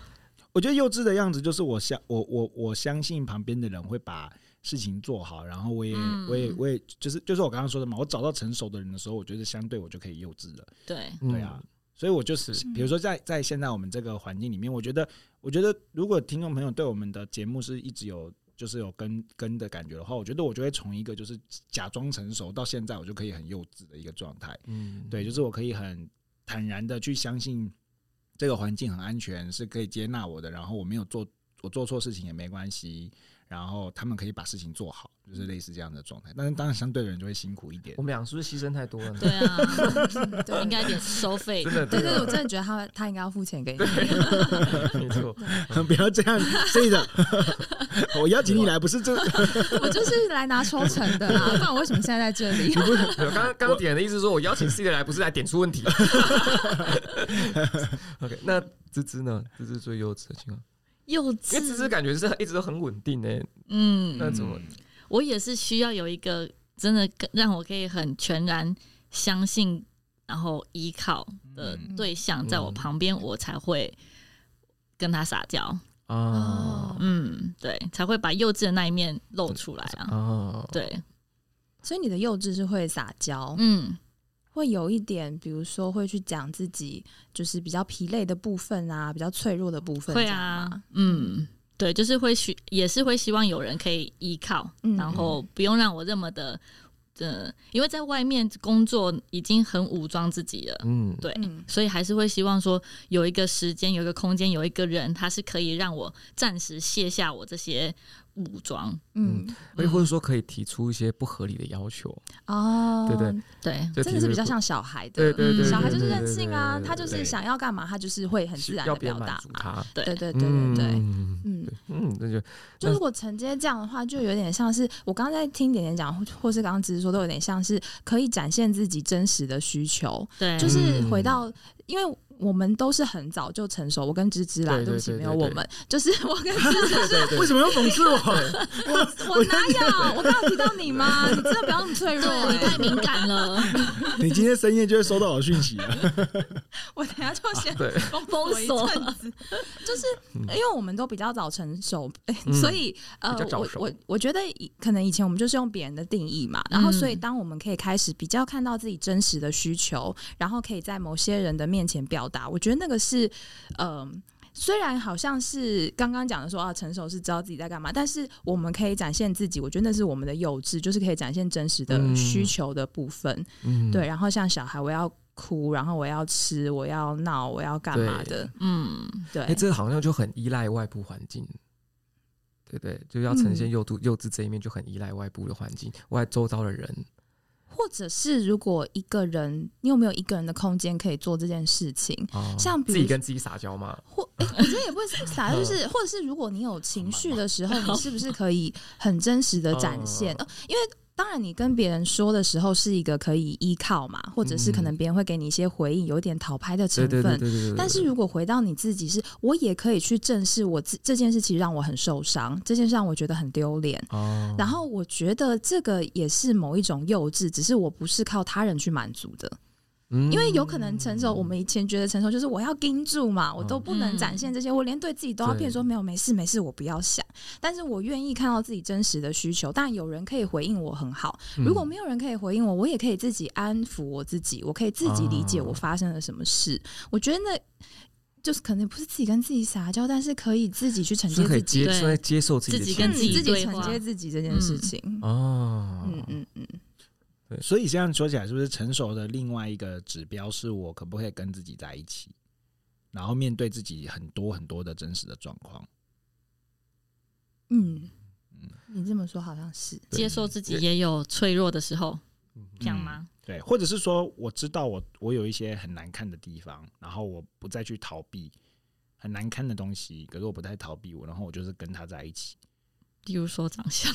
我觉得幼稚的样子就是我相我我我相信旁边的人会把事情做好，然后我也、嗯我也我也就是就是我刚刚说的嘛，我找到成熟的人的时候，我觉得相对我就可以幼稚了，对，对啊。所以我就是是，比如说在在现在我们这个环境里面，我觉得，我觉得如果听众朋友对我们的节目是一直有就是有跟跟的感觉的话，我觉得我就会从一个就是假装成熟到现在，我就可以很幼稚的一个状态。嗯，嗯对，就是我可以很坦然的去相信这个环境很安全，是可以接纳我的，然后我没有做我做错事情也没关系，然后他们可以把事情做好，就是类似这样的状态。但是当然，相对的人就会辛苦一点我。们俩是不是牺牲太多了呢？对啊，嗯我对应该点收费 真。的，对真对，对的我真的觉得他他应该要付钱给你。 没错， 不要这样，这的， 我邀请你来不是这，我就是来拿抽成的啦，不然我为什么现在在这里？没有刚刚刚点的意思是说，我邀请 C 的来不是来点出 问题。OK，那芝芝呢？芝芝最幼稚的情况，幼因为芝芝稚，感觉是一直都很稳定诶、那嗯，怎么？我也是需要有一个真的跟让我可以很全然相信，然后依靠的嗯对象在我嗯旁边，我才会跟他撒娇。啊哦嗯，对，才会把幼稚的那一面露出来啊。啊，对，所以你的幼稚是会撒娇，嗯，会有一点，比如说会去讲自己就是比较疲累的部分啊，比较脆弱的部分，会这样吗啊，，嗯，对，就是会希也是会希望有人可以依靠，嗯然后不用让我这么的，呃，因为在外面工作已经很武装自己了，嗯，对，嗯所以还是会希望说有一个时间、有一个空间、有一个人，他是可以让我暂时卸下我这些武装。嗯，而且或者说可以提出一些不合理的要求，哦，对对，对，就真提的是出比较不像小孩对的，嗯对对，小孩对就是对任对性对啊，对他就是对想要干嘛，他就是会很自然要的别人表满达足嘛，他，对对对对对对，嗯嗯。嗯，那就就如果承接这样的话，就有点像是我刚才听点点讲，或或是刚刚只是说，都有点像是可以展现自己真实的需求，对，就是嗯回到，因为我们都是很早就成熟，我跟芝芝啦，对对对不起，对对没有我们，就是我跟芝对对为什么要讽刺我？ 我我哪有？我刚刚有提到你吗？你真的不要那么脆弱、对你欸，太敏感了， 你今天深夜就会收到我讯息 了。我等一下就先啊 对，封我锁一。阵子，就是因为我们都比较早成熟，哎嗯所以呃比较，早我熟我我觉得以可能以前我们就是用别人的定义嘛，然后嗯所以当我们可以开始比较看到自己真实的需求，然后可以在某些人的面前表达，我觉得那个是呃。虽然好像是刚刚讲的说啊，成熟是知道自己在干嘛，但是我们可以展现自己，我觉得那是我们的幼稚，就是可以展现真实的嗯需求的部分。嗯对，然后像小孩，我要哭，然后我要吃，我要闹，我要干嘛对的？嗯，对，哎、这好像就很依赖外部环境，对对，就要呈现嗯幼稚幼稚这一面，就很依赖外部的环境，外周遭的人。或者是如果一个人，你有没有一个人的空间可以做这件事情？哦像比自如己跟嗯自己撒娇嘛，或、诶我觉得也不 会是傻，就是或者是如果你有情绪的时候，你是不是可以很真实的嗯展现？呃因为当然，你跟别人说的时候是一个可以依靠嘛，或者是可能别人会给你一些回应，有一点讨拍的成嗯对分。对对对对对。但是如果回到你自己是，我也可以去正视我自这件事情让我很受伤，这件事让我觉得很丢脸。哦，然后我觉得这个也是某一种幼稚，只是我不是靠他人去满足的，因因为有可能成熟，我们以前觉得成熟就是我要盯住嘛，我都不能嗯展现这些，我连对自己都要对骗说没有没事没事，我不要想。但是我愿意看到自己真实的需求，当然有人可以回应我很好，嗯如果没有人可以回应我，我也可以自啊己安抚我自己，我可以自己理解哦我发生了什么事。我觉得那。就是可能不是自己跟自己撒娇，但是可以自己去承接是可以自己，接，对是在接受自己的自己情跟嗯自绪己对承话嗯接自己这件事情。哦，嗯嗯嗯，所以这样说起来，是不是成熟的另外一个指标是我可不可以跟自己在一起，然后面对自己很多很多的真实的状况？嗯嗯，你这么说好像是，对接受自己也有脆弱的时候，嗯这样吗？对，或者是说我知道我我有一些很难看的地方，然后我不再去逃避很难看的东西，可是我不太逃避我，然后我就是跟他在一起。 例如说长相，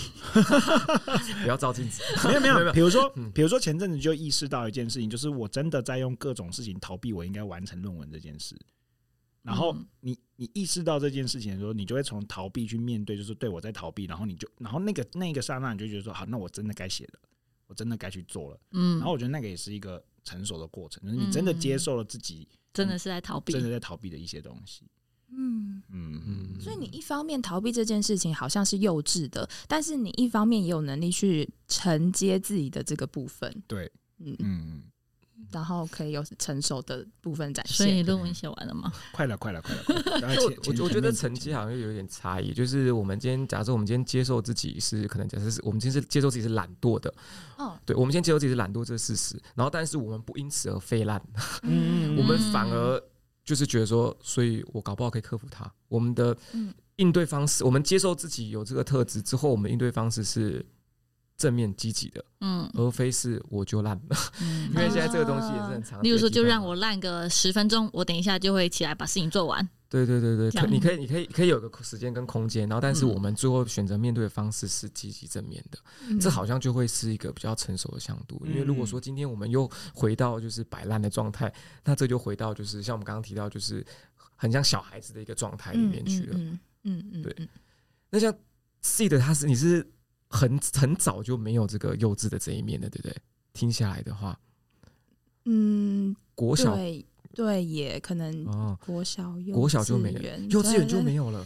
不要照镜子，没有没有，比如说嗯比如说前阵子就意识到一件事情，就是我真的在用各种事情逃避我应该完成论文这件事。然后嗯你你意识到这件事情的时候，你就会从逃避去面对，就是对我在逃避，然后你就然后那个那个刹那你就觉得说，好，那我真的该写了，我真的该去做了。嗯，然后我觉得那个也是一个成熟的过程，就是你真的嗯接受了自己真的是在逃避真，的在逃避的一些东西。嗯。嗯嗯，所以你一方面逃避这件事情好像是幼稚的，但是你一方面也有能力去承接自己的这个部分，对，嗯，嗯，然后可以有成熟的部分展所现。以论文写完了吗？快了，快了，快了，快了然后前前我我我前觉面得成绩好像有一点差异，就是我们今天假设我们今天接受自己是可能假设是我们今天是接受自己是懒惰的，嗯哦，对，我们先接受自己是懒惰这是事实，然后但是我们不因此而废烂，嗯嗯嗯我们反而就是觉得说，所以我搞不好可以克服它。我们的嗯应对方式，我们接受自己有这个特质之后，我们应对方式是正面积极的， 嗯，而非是我就烂了。 嗯哦因为现在这个东西也是很常，啊例如说，就让我烂个十分钟，我等一下就会起来把事情做完。对对对对，这可样你可以你可以可以有个时间跟空间，然后但是嗯我们最后选择面对的方式是积极正面的。嗯嗯这好像就会是一个比较成熟的向度。因为如果说今天我们又回到就是摆烂的状态，那这就回到就是像我们刚刚提到，就是很像小孩子的一个状态里面去了。嗯嗯嗯，对那像 C 的他是你是很很早就没有这个幼稚的这一面的，对不对？听下来的话，嗯，国小对对，也可能哦，国小幼国小就没稚了园，幼稚园就没有。有了。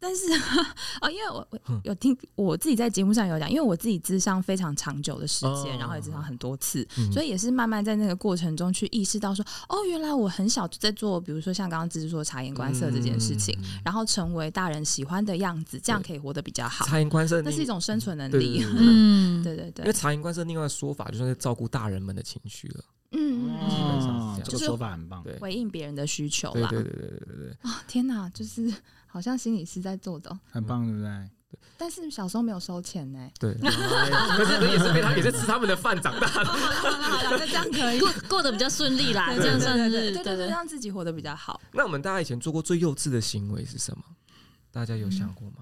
但是 哦，因为我我嗯有听我自己在节目上有讲，因为我自己智商非常长久的时间，哦然后也智商很多次，嗯所以也是慢慢在那个过程中去意识到说，哦，原来我很小就在做，比如说像刚刚只是说察言观色这件事情，，嗯然后成为大人喜欢的样子，这样可以活得比较好。察言观色，那是一种生存能对对力。对对对嗯， 对对因对为，察言观色另外的说法就算是照顾大人们的情绪了。嗯嗯嗯，本上哦是这样这就个是说法很棒。对，回应别人的需求对啦。对对对对对对。 哦，天哪，就是好像心理师在做的哦，很棒，对不对？但是小时候没有收钱呢。对，可是也是被他也是吃他们的饭长大的。好了，那这样可以。过过得比较顺利啊啦，对这样算是对对对对对，让自己活得比较好。那我们大家以前做过最幼稚的行为是什么？大家有想过吗？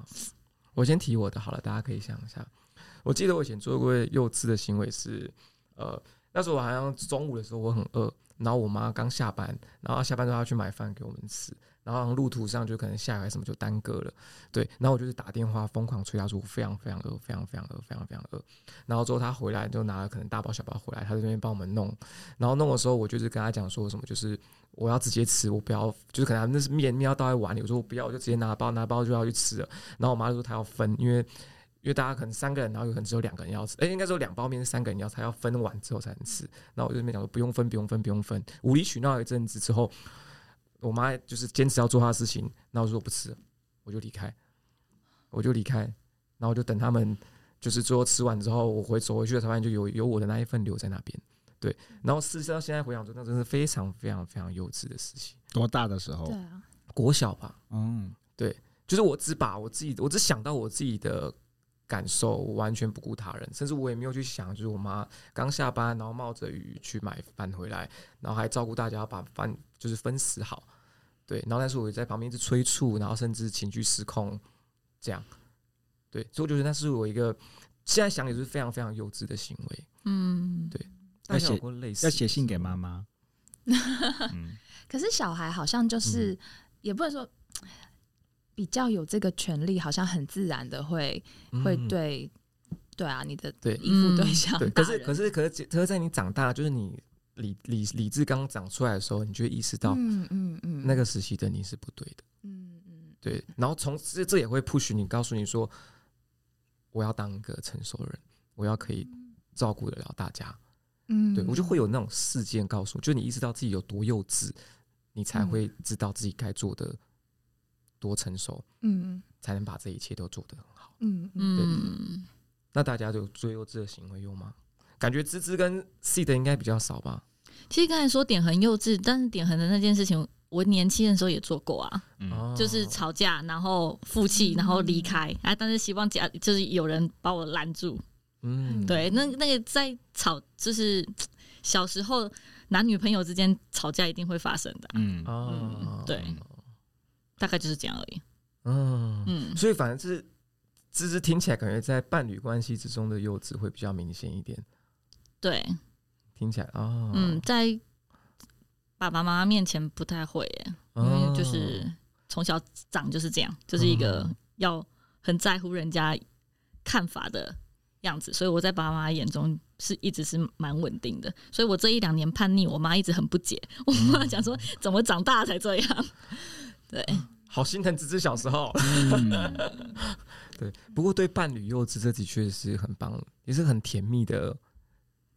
我先提我的好了，大家可以想一下。我记得我以前做过幼稚的行为是，呃，那时候我好像中午的时候我很饿，然后我妈刚下班，然后下班之后她去买饭给我们吃，然后好像路途上就可能下来什么就耽搁了，对，然后我就是打电话疯狂催她说我非常非常饿，非常非常饿，非常非常饿，然后之后她回来就拿了可能大包小包回来，她在那边帮我们弄，然后弄的时候我就是跟她讲说什么就是我要直接吃，我不要，就是可能他们那是面面要倒在碗里，我说我不要，我就直接拿包拿包就要去吃了。然后我妈就说她要分，因为因为大家可能三个人，然后有可能只有两个人要吃，哎、应该说两包面是三个人要吃，她要分完之后才能吃。然后我就在那边讲说不用分，不用分，不用分，无理取闹一阵子之后，我妈就是坚持要做她的事情，然后我说我不吃了，我就离开，我就离开，然后我就等他们就是最后吃完之后，我回走回去的时候，发现就有有我的那一份留在那边。对，然后事实上现在回想说，那真是非常非常非常幼稚的事情。多大的哦时候对？啊， 国小吧，嗯，就是我只把我自己，我只想到我自己的感受，我完全不顾他人，甚至我也没有去想，就是我妈刚下班，然后冒着雨去买饭回来，然后还照顾大家把饭就是分食好，对，然后但是我也在旁边一直催促，然后甚至情绪失控，这样，对，所以我觉得那是我一个现在想也是非常非常幼稚的行为。嗯，大要家有写过类似要的写信事给妈吗妈。嗯，可是小孩好像嗯就是、也不能说比较有这个权利，好像很自然的会、会嗯对对啊，你的对嗯依附对象、对，大可是人可是可是可是在你长大，就是你理理理智刚长出来的时候，你就会意识到嗯嗯嗯那个时期的你是不对的，嗯嗯对。然后从这这也会 push 你，告诉你说，我要当一个成熟人，我要可以照顾得了大家。嗯对我就会有那种事件告诉，就你意识到自己有多幼稚，你才会知道自己该做的多成熟，嗯才能把这一切都做得很好。嗯嗯嗯，那大家有最幼稚的行为有吗？感觉芝芝跟 C 的应该比较少吧？其实刚才说点恒幼稚，但是点恒的那件事情，我年轻的时候也做过啊，嗯，哦就是吵架，然后负气，然后离开，啊，但是希望家就是有人把我拦住。嗯，对，那那个在吵，就是小时候男女朋友之间吵架一定会发生的啊，嗯哦嗯，对大概就是这样而已。嗯，嗯，所以反正是芝芝听起来感觉在伴侣关系之中的幼稚会比较明显一点，对，听起来啊，哦嗯，，在爸爸妈妈面前不太会耶，因哦为就是从小长就是这样，就是一个嗯要很在乎人家看法的样子，所以我在爸爸妈妈眼中是一直是蛮稳定的。所以我这一两年叛逆，我妈一直很不解，我嗯妈讲说怎么长大才这样？ 对，好心疼芝芝小时 候。嗯对，不过对伴侣幼稚，这的确是很棒，也是很甜蜜的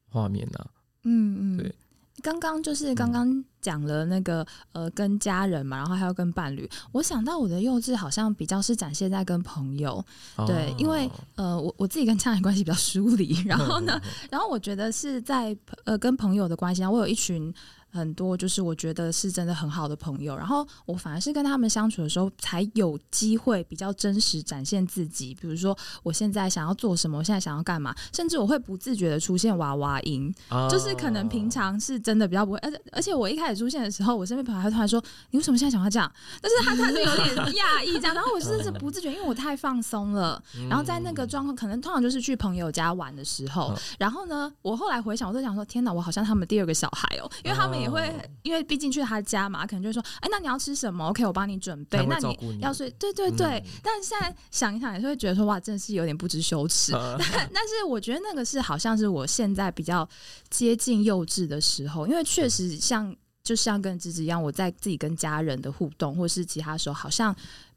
画面啊呐、嗯嗯对。刚刚就是刚刚讲了那个呃，跟家人嘛，然后还有跟伴侣。我想到我的幼稚好像比较是展现在跟朋友，哦对因为呃，我我自己跟家人关系比较疏离，然后呢，然后我觉得是在呃跟朋友的关系上，我有一群很多就是我觉得是真的很好的朋友，然后我反而是跟他们相处的时候才有机会比较真实展现自己，比如说我现在想要做什么，我现在想要干嘛，甚至我会不自觉的出现娃娃音，哦就是可能平常是真的比较不会，而且而且我一开始出现的时候，我身边朋友还突然说：“你为什么现在讲话这样？”但是他他是有点 讶异这样，然后我甚嗯至不自觉，因为我太放松了。然后在那个状况，可能通常就是去朋友家玩的时候嗯，然后呢，我后来回想，我就想说：“天哪，我好像他们第二个小孩哦，因为他们也会哦，因为毕竟去他家嘛，可能就会说：‘哎，那你要吃什么？OK，我帮你准他备。’会那照你顾你嗯要睡，对对对。但现在想一想，也是会觉得说：‘哇，真的是有点不知羞耻。’啊 但但是我觉得那个是好像是我现在比较接近幼稚的时候，因为确实像就像跟芝芝一样，我在自己跟家人的互动或是其他时候，好像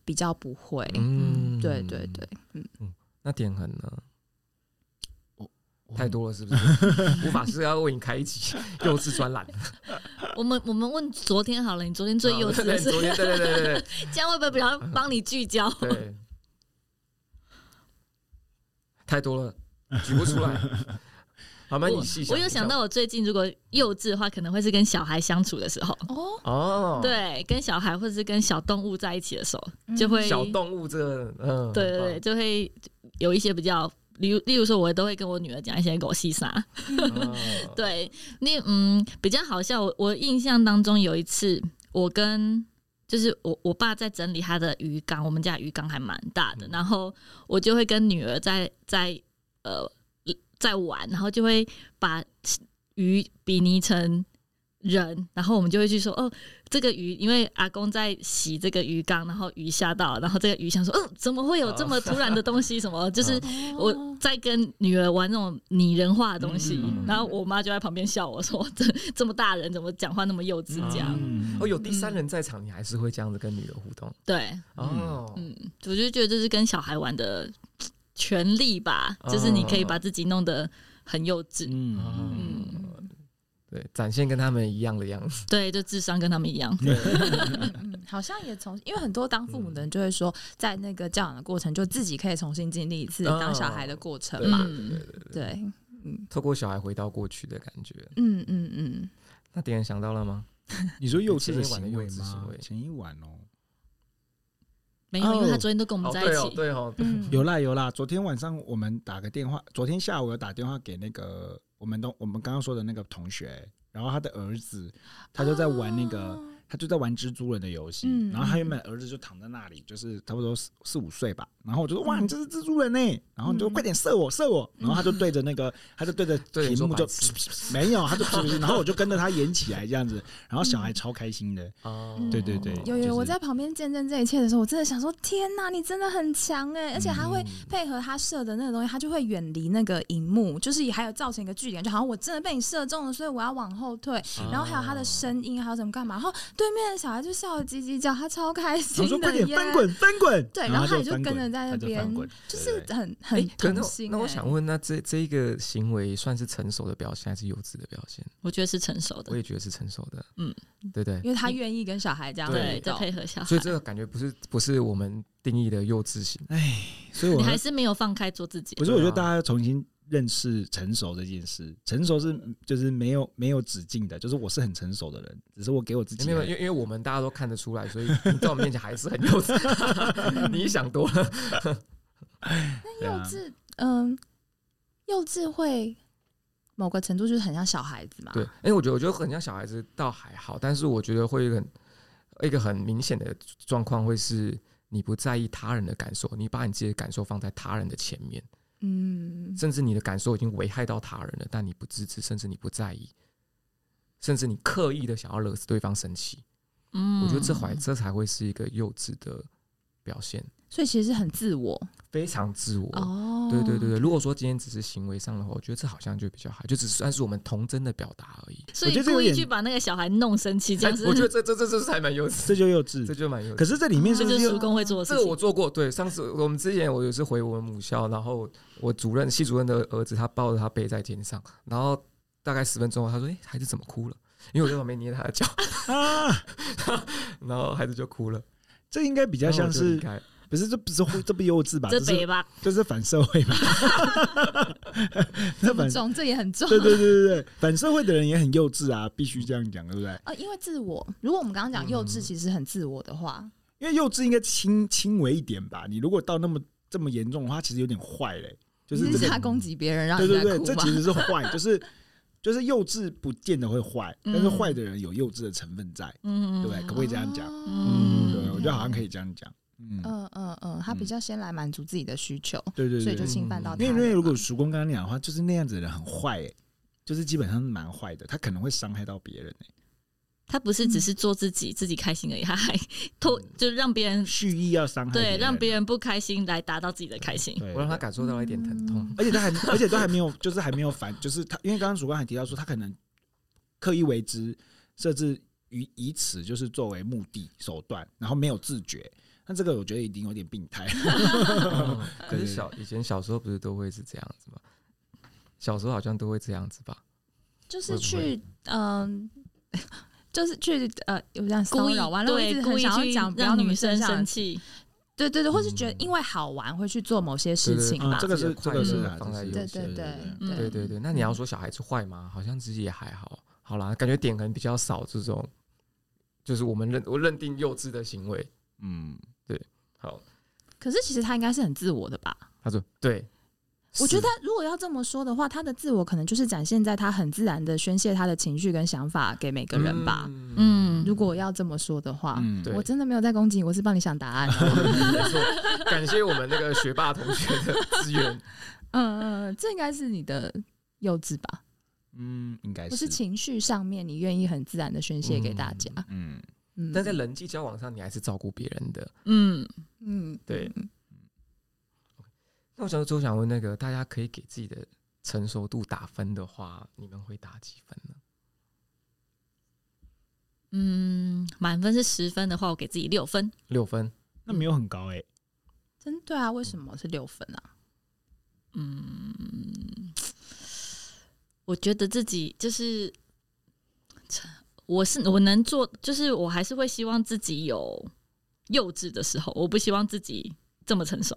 比较不会。嗯对对对，那点很呢，我太多了是不是？无法是要为你开一集 幼稚专栏，我们我们问昨天好了，你昨天最幼稚的 对是，昨天对对对对这样会不会比较帮你聚 焦？对对，太多了，举不出来。好吗？那我你细我有一下想到，我最近如果幼稚的话，可能会是跟小孩相处的时候，哦，哦，，对，跟小孩或者是跟小动物在一起的时候，嗯就会小动物这个，嗯，对对对，就会有一些比较，例如例如说，我都会跟我女儿讲一些狗戏啥。很棒，哦对，那嗯比较好笑。我我印象当中有一次，我跟就是我我爸在整理他的鱼缸，我们家鱼缸还蛮大的，嗯然后我就会跟女儿在在呃在玩，然后就会把鱼比拟成。人，然后我们就会去说哦，这个鱼，因为阿公在洗这个鱼缸，然后鱼吓到了，然后这个鱼想说，嗯，怎么会有这么突然的东西？什么就是嗯哦我在跟女儿玩那种拟人化的东西，嗯然后我妈就在旁边笑我说：“ 这这么大人怎么讲话那么幼稚？”这样、嗯哦，有第三人在场，你还是会这样子跟女儿互动对，哦。嗯，我就觉得这是跟小孩玩的嘖权利吧，哦就是你可以把自己弄得很幼稚，嗯嗯，对，展现跟他们一样的样子。对，就智商跟他们一样，嗯，好像也从因为很多当父母的人就会说，在那个教养的过程，就自己可以重新经历一次哦当小孩的过程对嘛。嗯，呃对，嗯透过小孩回到过去的感觉。嗯嗯嗯，那点人想到了吗？你说幼稚的前一晚行为的幼稚行吗为？前一晚哦，没有，因为他昨天都跟我们哦，在一对起，哦，对哦，嗯有啦有啦，昨天晚上我们打个电话，昨天下午有打电话给那个我们都我们刚刚说的那个同学，然后他的儿子，他就在玩那个。哦他就在玩蜘蛛人的游戏，嗯然后他原本儿子就躺在那里，就是差不多四四五岁吧。然后我就说：“哇，嗯你这是蜘蛛人呢！”然后你就嗯快点射我，射我！然后他就对着那个，他就对着 对你屏说幕白就痴没有，他就然后我就跟着他演起来这样子，然后小孩超开心嗯的。嗯哦对对对有就是有，我在旁边见证这一切的时候，我真的想说：天哪，你真的很强哎！而且他会配合他射的那个东西，他就会远离那个荧幕，就是也还有造成一个距离感，就好像我真的被你射中了，所以我要往后退。啊然后还有他的声音，还有怎么干嘛？然后对面的小孩就笑得叽叽叫，他超然开后心说：“快的点耶！翻滚，翻滚！”对，然后他他也就翻跟着滚。这在他那就翻边，滚，对就是对对很很可那痛我心、欸那我想问，那这这一个行为算是成熟的表现，还是幼稚的表现？我觉得是成熟我的，也觉得是成熟的，嗯，对不对。因为他愿意跟小孩这样对，对在配合小孩哦所以，这个感觉不是不是我们定义的幼稚型，所以我你还是没有放开做自己不。是，我觉得对啊大家要重新认识成熟这件事。成熟是就是没有没有止境的，就是我是很成熟的人，只是我给我自己没有，因为因为我们大家都看得出来，所以 你在我们面前还是很幼稚。 你想多了，对幼啊稚，嗯、幼稚会某个程度就是很像小孩子嘛。对，因为我觉得我觉得很像小孩子倒还好，但是我觉得会很一个很明显的状况会是。你不在意他人的感受，你把你自己的感受放在他人的前面，嗯，甚至你的感受已经危害到他人了，但你不自知，甚至你不在意，甚至你刻意的想要惹对方生气，嗯我觉得这怀这才会是一个幼稚的表现，所以其实是很自我非常自我。哦。对对对对，如果说今天只是行为上的话，我觉得这好像就比较好，就只算是我们童真的表达而已。所我以觉得这故有意点去把那个小孩弄生气，这样哎子，我觉得这这这这是还蛮幼稚，这就幼稚这。就蛮幼稚。可是这里面是这 就不是是叔又公会做的事这个我情。做过，对，上次我们之前我有一次回我们母校，然后我主任系主任的儿子，他抱着他背在肩上，然后大概十分钟后，他说：“哎、孩子怎么哭了？”因为我在旁边捏他的脚，啊？然后孩子就哭了，这应该比较然后我像就离是开。不是这不是这不幼稚吧？这这北是吧，这是反社会吧？这反很重，这也很重。对对对对对，反社会的人也很幼稚啊，必须这样讲，对不对？呃，因为自我，如果我们刚刚讲幼稚，嗯其实很自我的话，因为幼稚应该轻轻微一点吧？你如果到那么这么严重的话，其实有点坏嘞、就是你整个他攻击别人，让对人对对，家哭这嘛其。实是坏，就是就是幼稚不见得会坏，但是嗯坏的人有幼稚的成分在，嗯，对不对？可不可以这样讲？嗯对，啊我觉得好像可以。以这样讲。嗯，哦嗯嗯嗯，他比较先来满足自己的需求，对对所以就对，侵犯到因为哦他因人为如嘛果叔公刚刚讲的话，就是那样子的人很坏、欸，就是基本上是蛮坏的，他可能会伤害到别人、欸，他不是只是做自嗯己，自己开心而已，他还拖，就让别人蓄意要嗯伤害，对让别人，嗯人不开心来达到自己的开心。对我让他感受到一点疼痛。 嗯而且他还，而且都还没有，就是还没有反，就是他，因为刚刚主观还提到说，他可能刻意为之，甚至于以此就是作为目的手段，然后没有自觉。那这个我觉得已经有点病态，嗯可对对是小以前小时候不是都会是这样子吗？小时候好像都会这样子吧？就是会不会去嗯。就是去呃，有这样骚故意扰完了，我一对直故很意想要去讲不要让那女么生上生气，对对对，或是觉得嗯因为好玩会去做某些对事对情嗯吧啊这。个是这把个自己是的啊快乐放在这是对是对对对嗯对对对，那你要说小孩子坏吗？好像其实也还好。好啦，感觉点可能比较少这种，就是我们认我认定幼稚的行为。嗯，好，可是其实他应该是很自我的吧？他说对，我觉是得如果要这么说的话，他的自我可能就是展现在他很自然的宣泄他的情绪跟想法给每个人吧。嗯如果要这么说的话，嗯对我真的没有在攻击，我是帮你想答案。没错，感谢我们那个学霸同学的支 援。嗯嗯，嗯这应该是你的幼稚吧？嗯，应该不是情绪上面，你愿意很自然的宣泄给大家。嗯，嗯，但在人际交往上，你还是照顾别人的。嗯，嗯对，那我想，就想问那个大家可以给自己的成熟度打分的话，你们会打几分呢？嗯，满分是十分的话，我给自己六分。六分，那没有很高哎、真对啊，为什么是六分啊？嗯，我觉得自己就是，我是我能做，就是我还是会希望自己有幼稚的时候，我不希望自己这么成熟。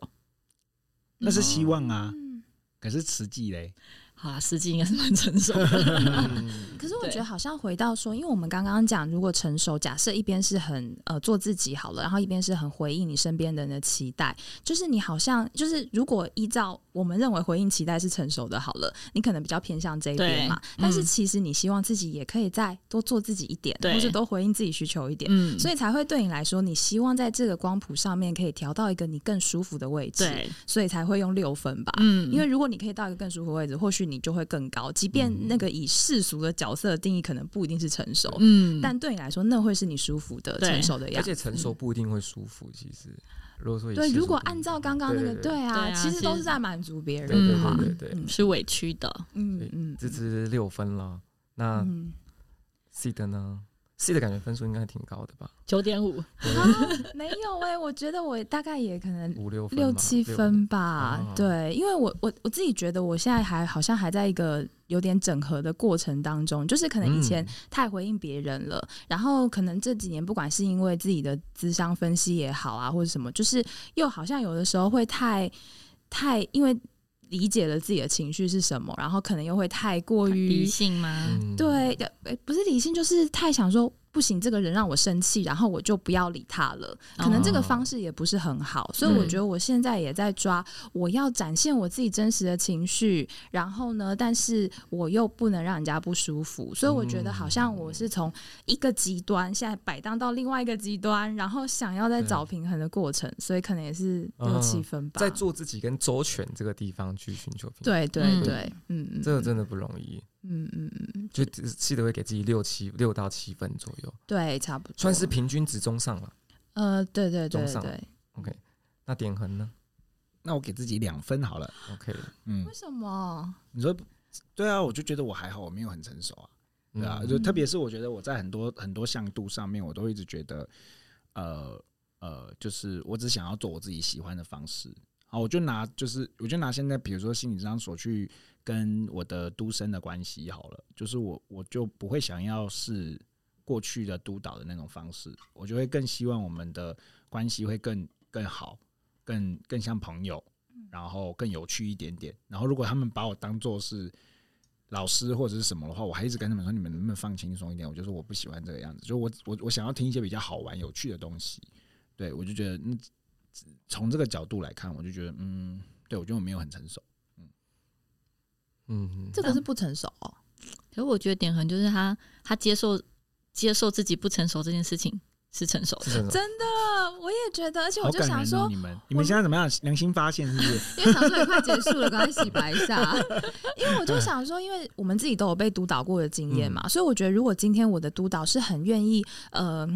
那是希望啊，嗯，可是实际嘞，好啦，实际应该是蛮成熟 的。嗯可是我对觉得好像回到说，因为我们刚刚讲，如果成熟，假设一边是很呃做自己好了，然后一边是很回应你身边的人的期待，就是你好像就是如果依照我们认为回应期待是成熟的好了，你可能比较偏向这一边嘛对。但嗯是其实你希望自己也可以再多做自己一点，对或是多回应自己需求一点。嗯，所以以才会对你来说，你希望在这个光谱上面可以调到一个你更舒服的位置，对，所以才会用六分吧。嗯，因为如果你可以到一个更舒服的位置，或许你就会更高。即嗯便那个以世俗的角色的定义，可能不一定是成熟，嗯，但对你来说，那会是你舒服的、对成熟的样而且子。成熟不一定会舒服。其实，如果说以对，世俗如果定义按照刚刚那个，对对啊，啊其实都其是实在满足别对人对的话。对对对，嗯是委屈的。嗯嗯，这只是六分了。那嗯， C 的呢 C 的感觉分数应该挺高的吧，九点五，啊，没有哎、我觉得我大概也可能五六分嘛六七分吧，哦对，因为我我我自己觉得我现在还好像还在一个有点整合的过程当中，就是可能以前嗯太回应别人了，然后可能这几年不管是因为自己的智商分析也好啊，或者什么，就是又好像有的时候会太太因为理解了自己的情绪是什么，然后可能又会太过于理性吗？嗯对，呃呃不是理性，就是太想说不行，这个人让我生气，然后我就不要理他了。可能哦这个方式也不是很好，所以我觉得我现在也在抓，我要展现我自己真实的情绪，然后呢，但是我又不能让人家不舒服，所以我觉得好像我嗯是从一个极端现在摆荡到另外一个极端，然后想要在对找平衡的过程，所以可能也是六嗯七分吧。在做自己跟周全这个地方去寻求平衡，对对嗯对，嗯嗯，这个真的，的不容易，嗯嗯嗯嗯，就记得会给自己六七六到七分左右，对，差不多算是平均值中上了。呃，对对对中对上对。 OK，那点恒呢那我给自己两分好了。 ？OK，嗯为，什么？你说对啊，我就觉得我还好，我没有很成熟啊。对啊，嗯就特别是我觉得我在很多很多向度上面，我都一直觉得，呃呃，就是我只想要做我自己喜欢的方式。好，我就拿就是我就拿现在比如说心理上所去跟我的都生的关系好了，就是我我就不会想要是过去的督导的那种方式，我就会更希望我们的关系会更更好，更更像朋友，然后更有趣一点点。然后如果他们把我当做是老师或者是什么的话，我还一直跟他们说，你们能不能放轻松一点？我就说我不喜欢这个样子，就我我我想要听一些比较好玩、有趣的东西。对我就觉得，嗯，从这个角度来看，我就觉得，嗯，对我觉得我没有很成熟。嗯，这个是不成熟哦、可是我觉得点恒就是他，他接受接受自己不成熟这件事情是成熟的。是这种真的，呃我也觉得，而且我好就感想人说哦，，你们你们现在怎么样？良心发现是不是？因为想说也快结束了，赶快洗白一 下。因为我就想说，因为我们自己都有被督导过的经验嗯嘛，所以我觉得如果今天我的督导是很愿意，呃。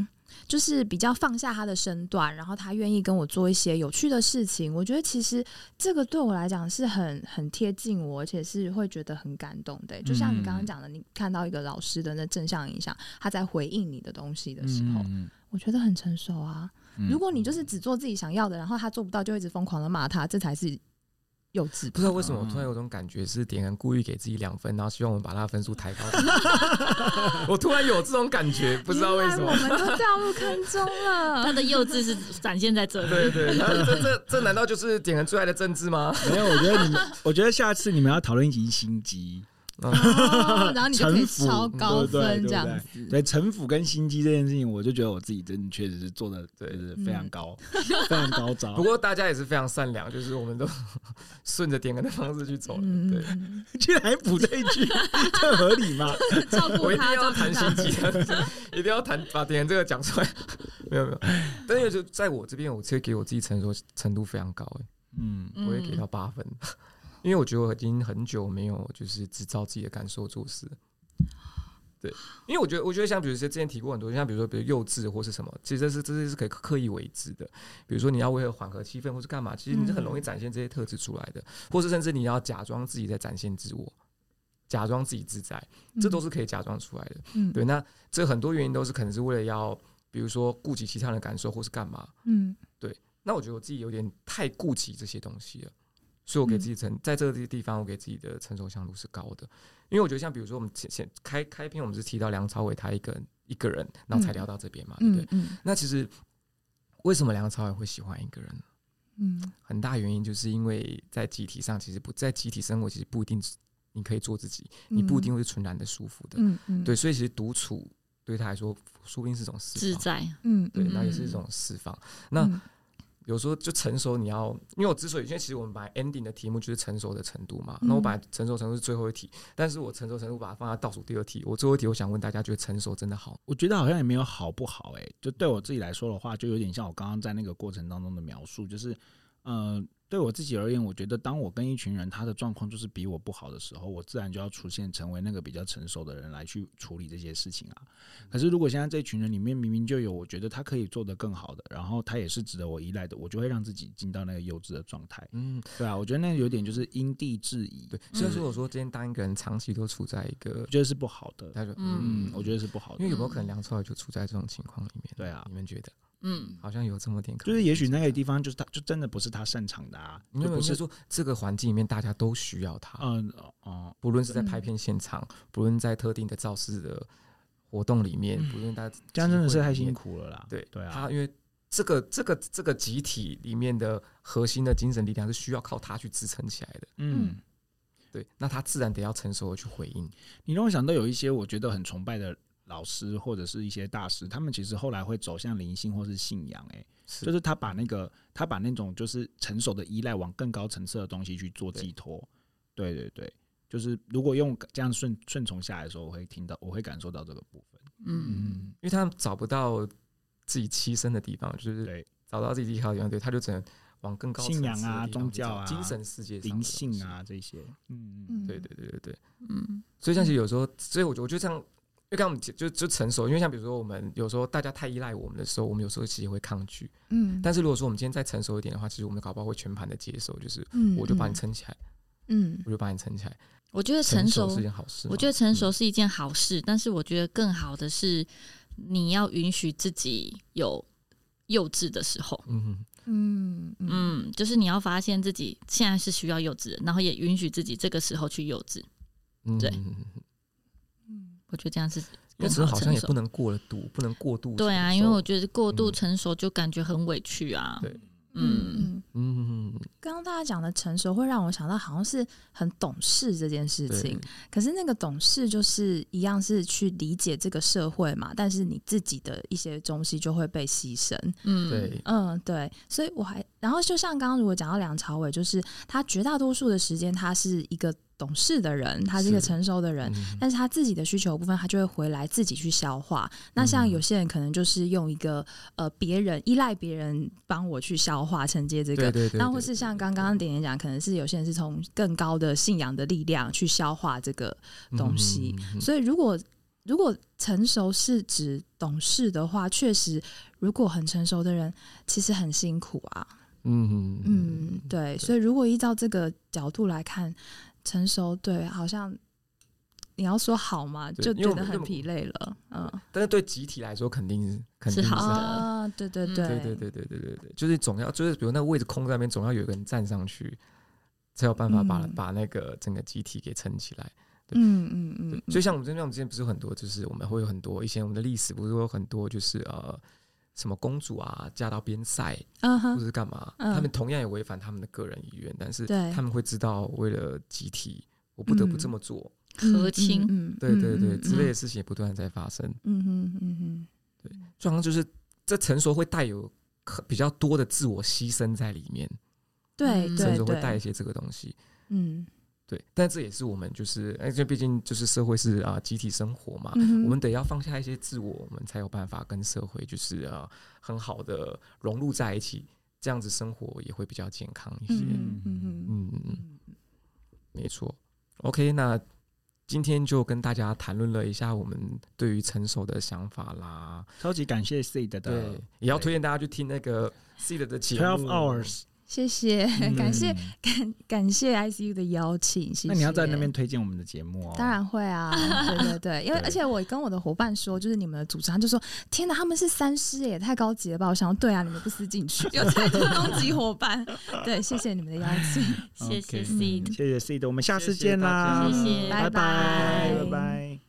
就是比较放下他的身段，然后他愿意跟我做一些有趣的事情。我觉得其实这个对我来讲是很很贴近我，而且是会觉得很感动的。就像你刚嗯刚讲的，你看到一个老师的那正向影响，他在回应你的东西 的时候，嗯我觉得很成熟啊。嗯如果你就是只做自己想要的，然后他做不到，就一直疯狂的骂他，这才是幼稚不知道为什么，我突然嗯有种感觉，是点恒故意给自己两分，然后希望我们把他的分数抬 高。我突然有这种感觉，不知道为什原来么我。们都掉入坑中他 了。的幼稚是展现在这里。对对，他这这这难道就是点恒最爱的政治吗？没有，我觉得你们， 我觉得下次你们要讨论一集心机，哦然后你就可以城府超高对对对分对这样子，对城府跟心机这件事情，我就觉得我自己真的确实是做的，对就是非常高，嗯非常高 哦招。不过大家也是非常善良，就是我们都 顺着点恒的方式去走了。对，嗯，居然还补这一 句，这合理吗？照我顾一定他，要照顾谈他心。机，啊 一定要谈把点恒这个讲出来。没有没有，但是就在我这边，我其实给我自己成熟程度非常高、欸，嗯，嗯我也给到八分， 因为我觉得我已经很久没有就是只照自己的感受做事了。对，因为我觉得，我觉得像比如说之前提过很多，像比如说比如幼稚或是什么，其实这是这些是可以刻意为之的。比如说你要为了缓和气氛或是干嘛，其实你是很嗯容易展现这些特质出来的，或是甚至你要假装自己在展现自我，假装自己自在，这都是可以假装出来的。嗯对，那这很多原因都是可能是为了要，比如说顾及其他人的感受或是干嘛，嗯那我觉得我自己有点太顾及这些东西了，所以我给嗯自己成、在这个地方，我给自己的成熟强度是高的。因为我觉得像比如说我们前前开开篇，我们是提到梁朝伟他一个人一个人，然后才聊到这边嘛，啊对不嗯对？嗯那其实为什么梁朝伟会喜欢一个人？嗯很大原因就是因为在集体上，其实不在集体生活，其实不一定是你可以做自己，你不一定会是纯然的舒服的。嗯嗯对，所以其实独处对他来说，说不定是一种释自放。在，嗯对，嗯那也是一种释放。那嗯有时候就成熟，你要因为我之所以因为其实我们本来 ending 的题目就是成熟的程度嘛，嗯那我把成熟程度是最后一题，但是我成熟程度把它放在倒数第二题。我最后一题我想问大家，觉得成熟真的好？我觉得好像也没有好不好、哎欸，就对我自己来说的话，就有点像我刚刚在那个过程当中的描述，就是，呃，对我自己而言，我觉得当我跟一群人他的状况就是比我不好的时候，我自然就要出现成为那个比较成熟的人来去处理这些事情啊。可是如果现在这群人里面明明就有我觉得他可以做得更好的，然后他也是值得我依赖的，我就会让自己进到那个幼稚的状态。嗯，对啊，我觉得那有点就是因地制宜，对。嗯所以说我说今天当一个人长期都处在一个我，觉得是不好的。他说嗯嗯，我觉得是不好因为的。有没有嗯可能梁朝伟就处在这种情况里面？对啊你们觉得嗯，好像有这么点可能？就是也许那个地方就是他就真的不是他擅长的啊，没就有，不不是是说这个环境里面大家都需要他，嗯哦不论是在拍片现场，不论在特定的造势的活动里面，嗯不论大家这样真的是太苦。辛苦了啦。对对啊他，因为这个这个这个集体里面的核心的精神力量是需要靠他去支撑起来的，嗯，对，那他自然得要成熟的去回应，你让我想到有一些我觉得很崇拜的老师或者是一些大师，他们其实后来会走向灵性或是信仰、欸，是就是他把那个他把那种就是成熟的依赖往更高层次的东西去做对寄托。对对对，就是如果用这样顺顺从下来的时候，我会听到，我会感受到这个部分。嗯，嗯，因为他们找不到自己栖身的地方，就是对，找到自己依靠的地方，对，他就只能往更高信仰层次的啊地方宗去找教啊精神世界上的灵性东啊这些，嗯嗯嗯，西，对对对对对，嗯所以像其实有时候，所以我觉得我觉得这样。因为刚刚我们就就就成熟，因为像比如说我们有时候大家太依赖我们的时候，我们有时候其实也会抗拒。嗯，但是如果说我们今天再成熟一点的话，其实我们搞不好会全盘的接受，就是嗯我就把你，撑起来，嗯我就把你撑起来。我觉得成成熟是一件好事吗。我觉得成熟是一件好事，但是我觉得更好的是，你要允许自己有幼稚的时候。嗯，嗯嗯嗯嗯嗯，就是你要发现自己现在是需要幼稚的，然后也允许自己这个时候去幼稚。嗯，对嗯嗯嗯嗯我觉得这样是因为更成熟好的像成也熟不。能过了度，不能过度成熟。对啊，因为我觉得过度嗯成熟就感觉很委屈啊。对嗯，嗯。嗯，嗯嗯刚刚大家讲的成熟，会让我想到好像是很懂事这件事对情。可是那个懂事就是一样是去理解这个社会嘛，但是你自己的一些东西就会被牺牲。嗯，对，嗯，对，所以我还，然后就像刚刚如果讲到梁朝伟，就是他绝大多数的时间他是一个懂事的人，他是一个是成熟的人，嗯但是他自己的需求部分，他就会回来自己去消化。那像嗯有些人可能就是用一个呃别人依赖别人帮我去消化承接这对个对对对，那或对是像刚刚点点讲，可能是有些人是从更高的信仰的力量去消化这个。东西，嗯嗯嗯嗯嗯所以如果如果成熟是指懂事的话，确实，如果很成熟的人其实很辛苦啊。嗯嗯嗯，对。所以如果依照这个角度来看，成熟对，好像你要说好嘛，对就因为觉我得们很疲累了。嗯，但是对集体来说，肯定是肯是定是好的啊，对对嗯对，对对对对对对对，就是总要就是比如那个位置空在那边，总要有一个人站上去，才有办法把嗯把那个整个集体给撑起来。嗯嗯嗯，就像我们这边，我们之前不是有很多，就是我们会有很多以前我们的历史不是有很多，就是呃什么公主啊嫁到边塞，嗯或哼，者是干嘛，嗯他们同样也违反他们的个人意愿，但是对他们会知道为了集体，我不得不这么做，和亲嗯，嗯对对对，嗯之类的事情也不断的在发生，嗯嗯嗯嗯就好像就是这成熟会带有可比较多的自我牺牲在里面，对嗯对成对，熟会带一些这个东西。嗯，对，但这也是我们就是，哎，这毕竟就是社会是啊、集体生活嘛，嗯哼我们得要放下一些自我，我们才有办法跟社会就是啊、很好的融入在一起，这样子生活也会比较健康一些。嗯嗯嗯嗯嗯嗯。嗯没错。OK，那今天就跟大家谈论了一下我们对于成熟的想法啦。超级感谢 Seed 的对，也要推荐大家去听那个 Seed 的节目。 Twelve Hours，谢谢，嗯 感谢。感谢 ICU 的邀请，谢谢。那你要在那边。推荐我们的节目哦，当然会 啊，对对对，因为对而且我跟我的伙伴说，就是你们的主持人就说：“天哪，他们是三师耶，太高级了吧！”我想说，对啊，你们不思 进取，有态度攻击伙伴。对，谢谢你们的邀请。谢谢 OK C 嗯谢谢 Seed，我们下次谢谢见大嗯啦，家谢谢拜拜，拜拜拜拜。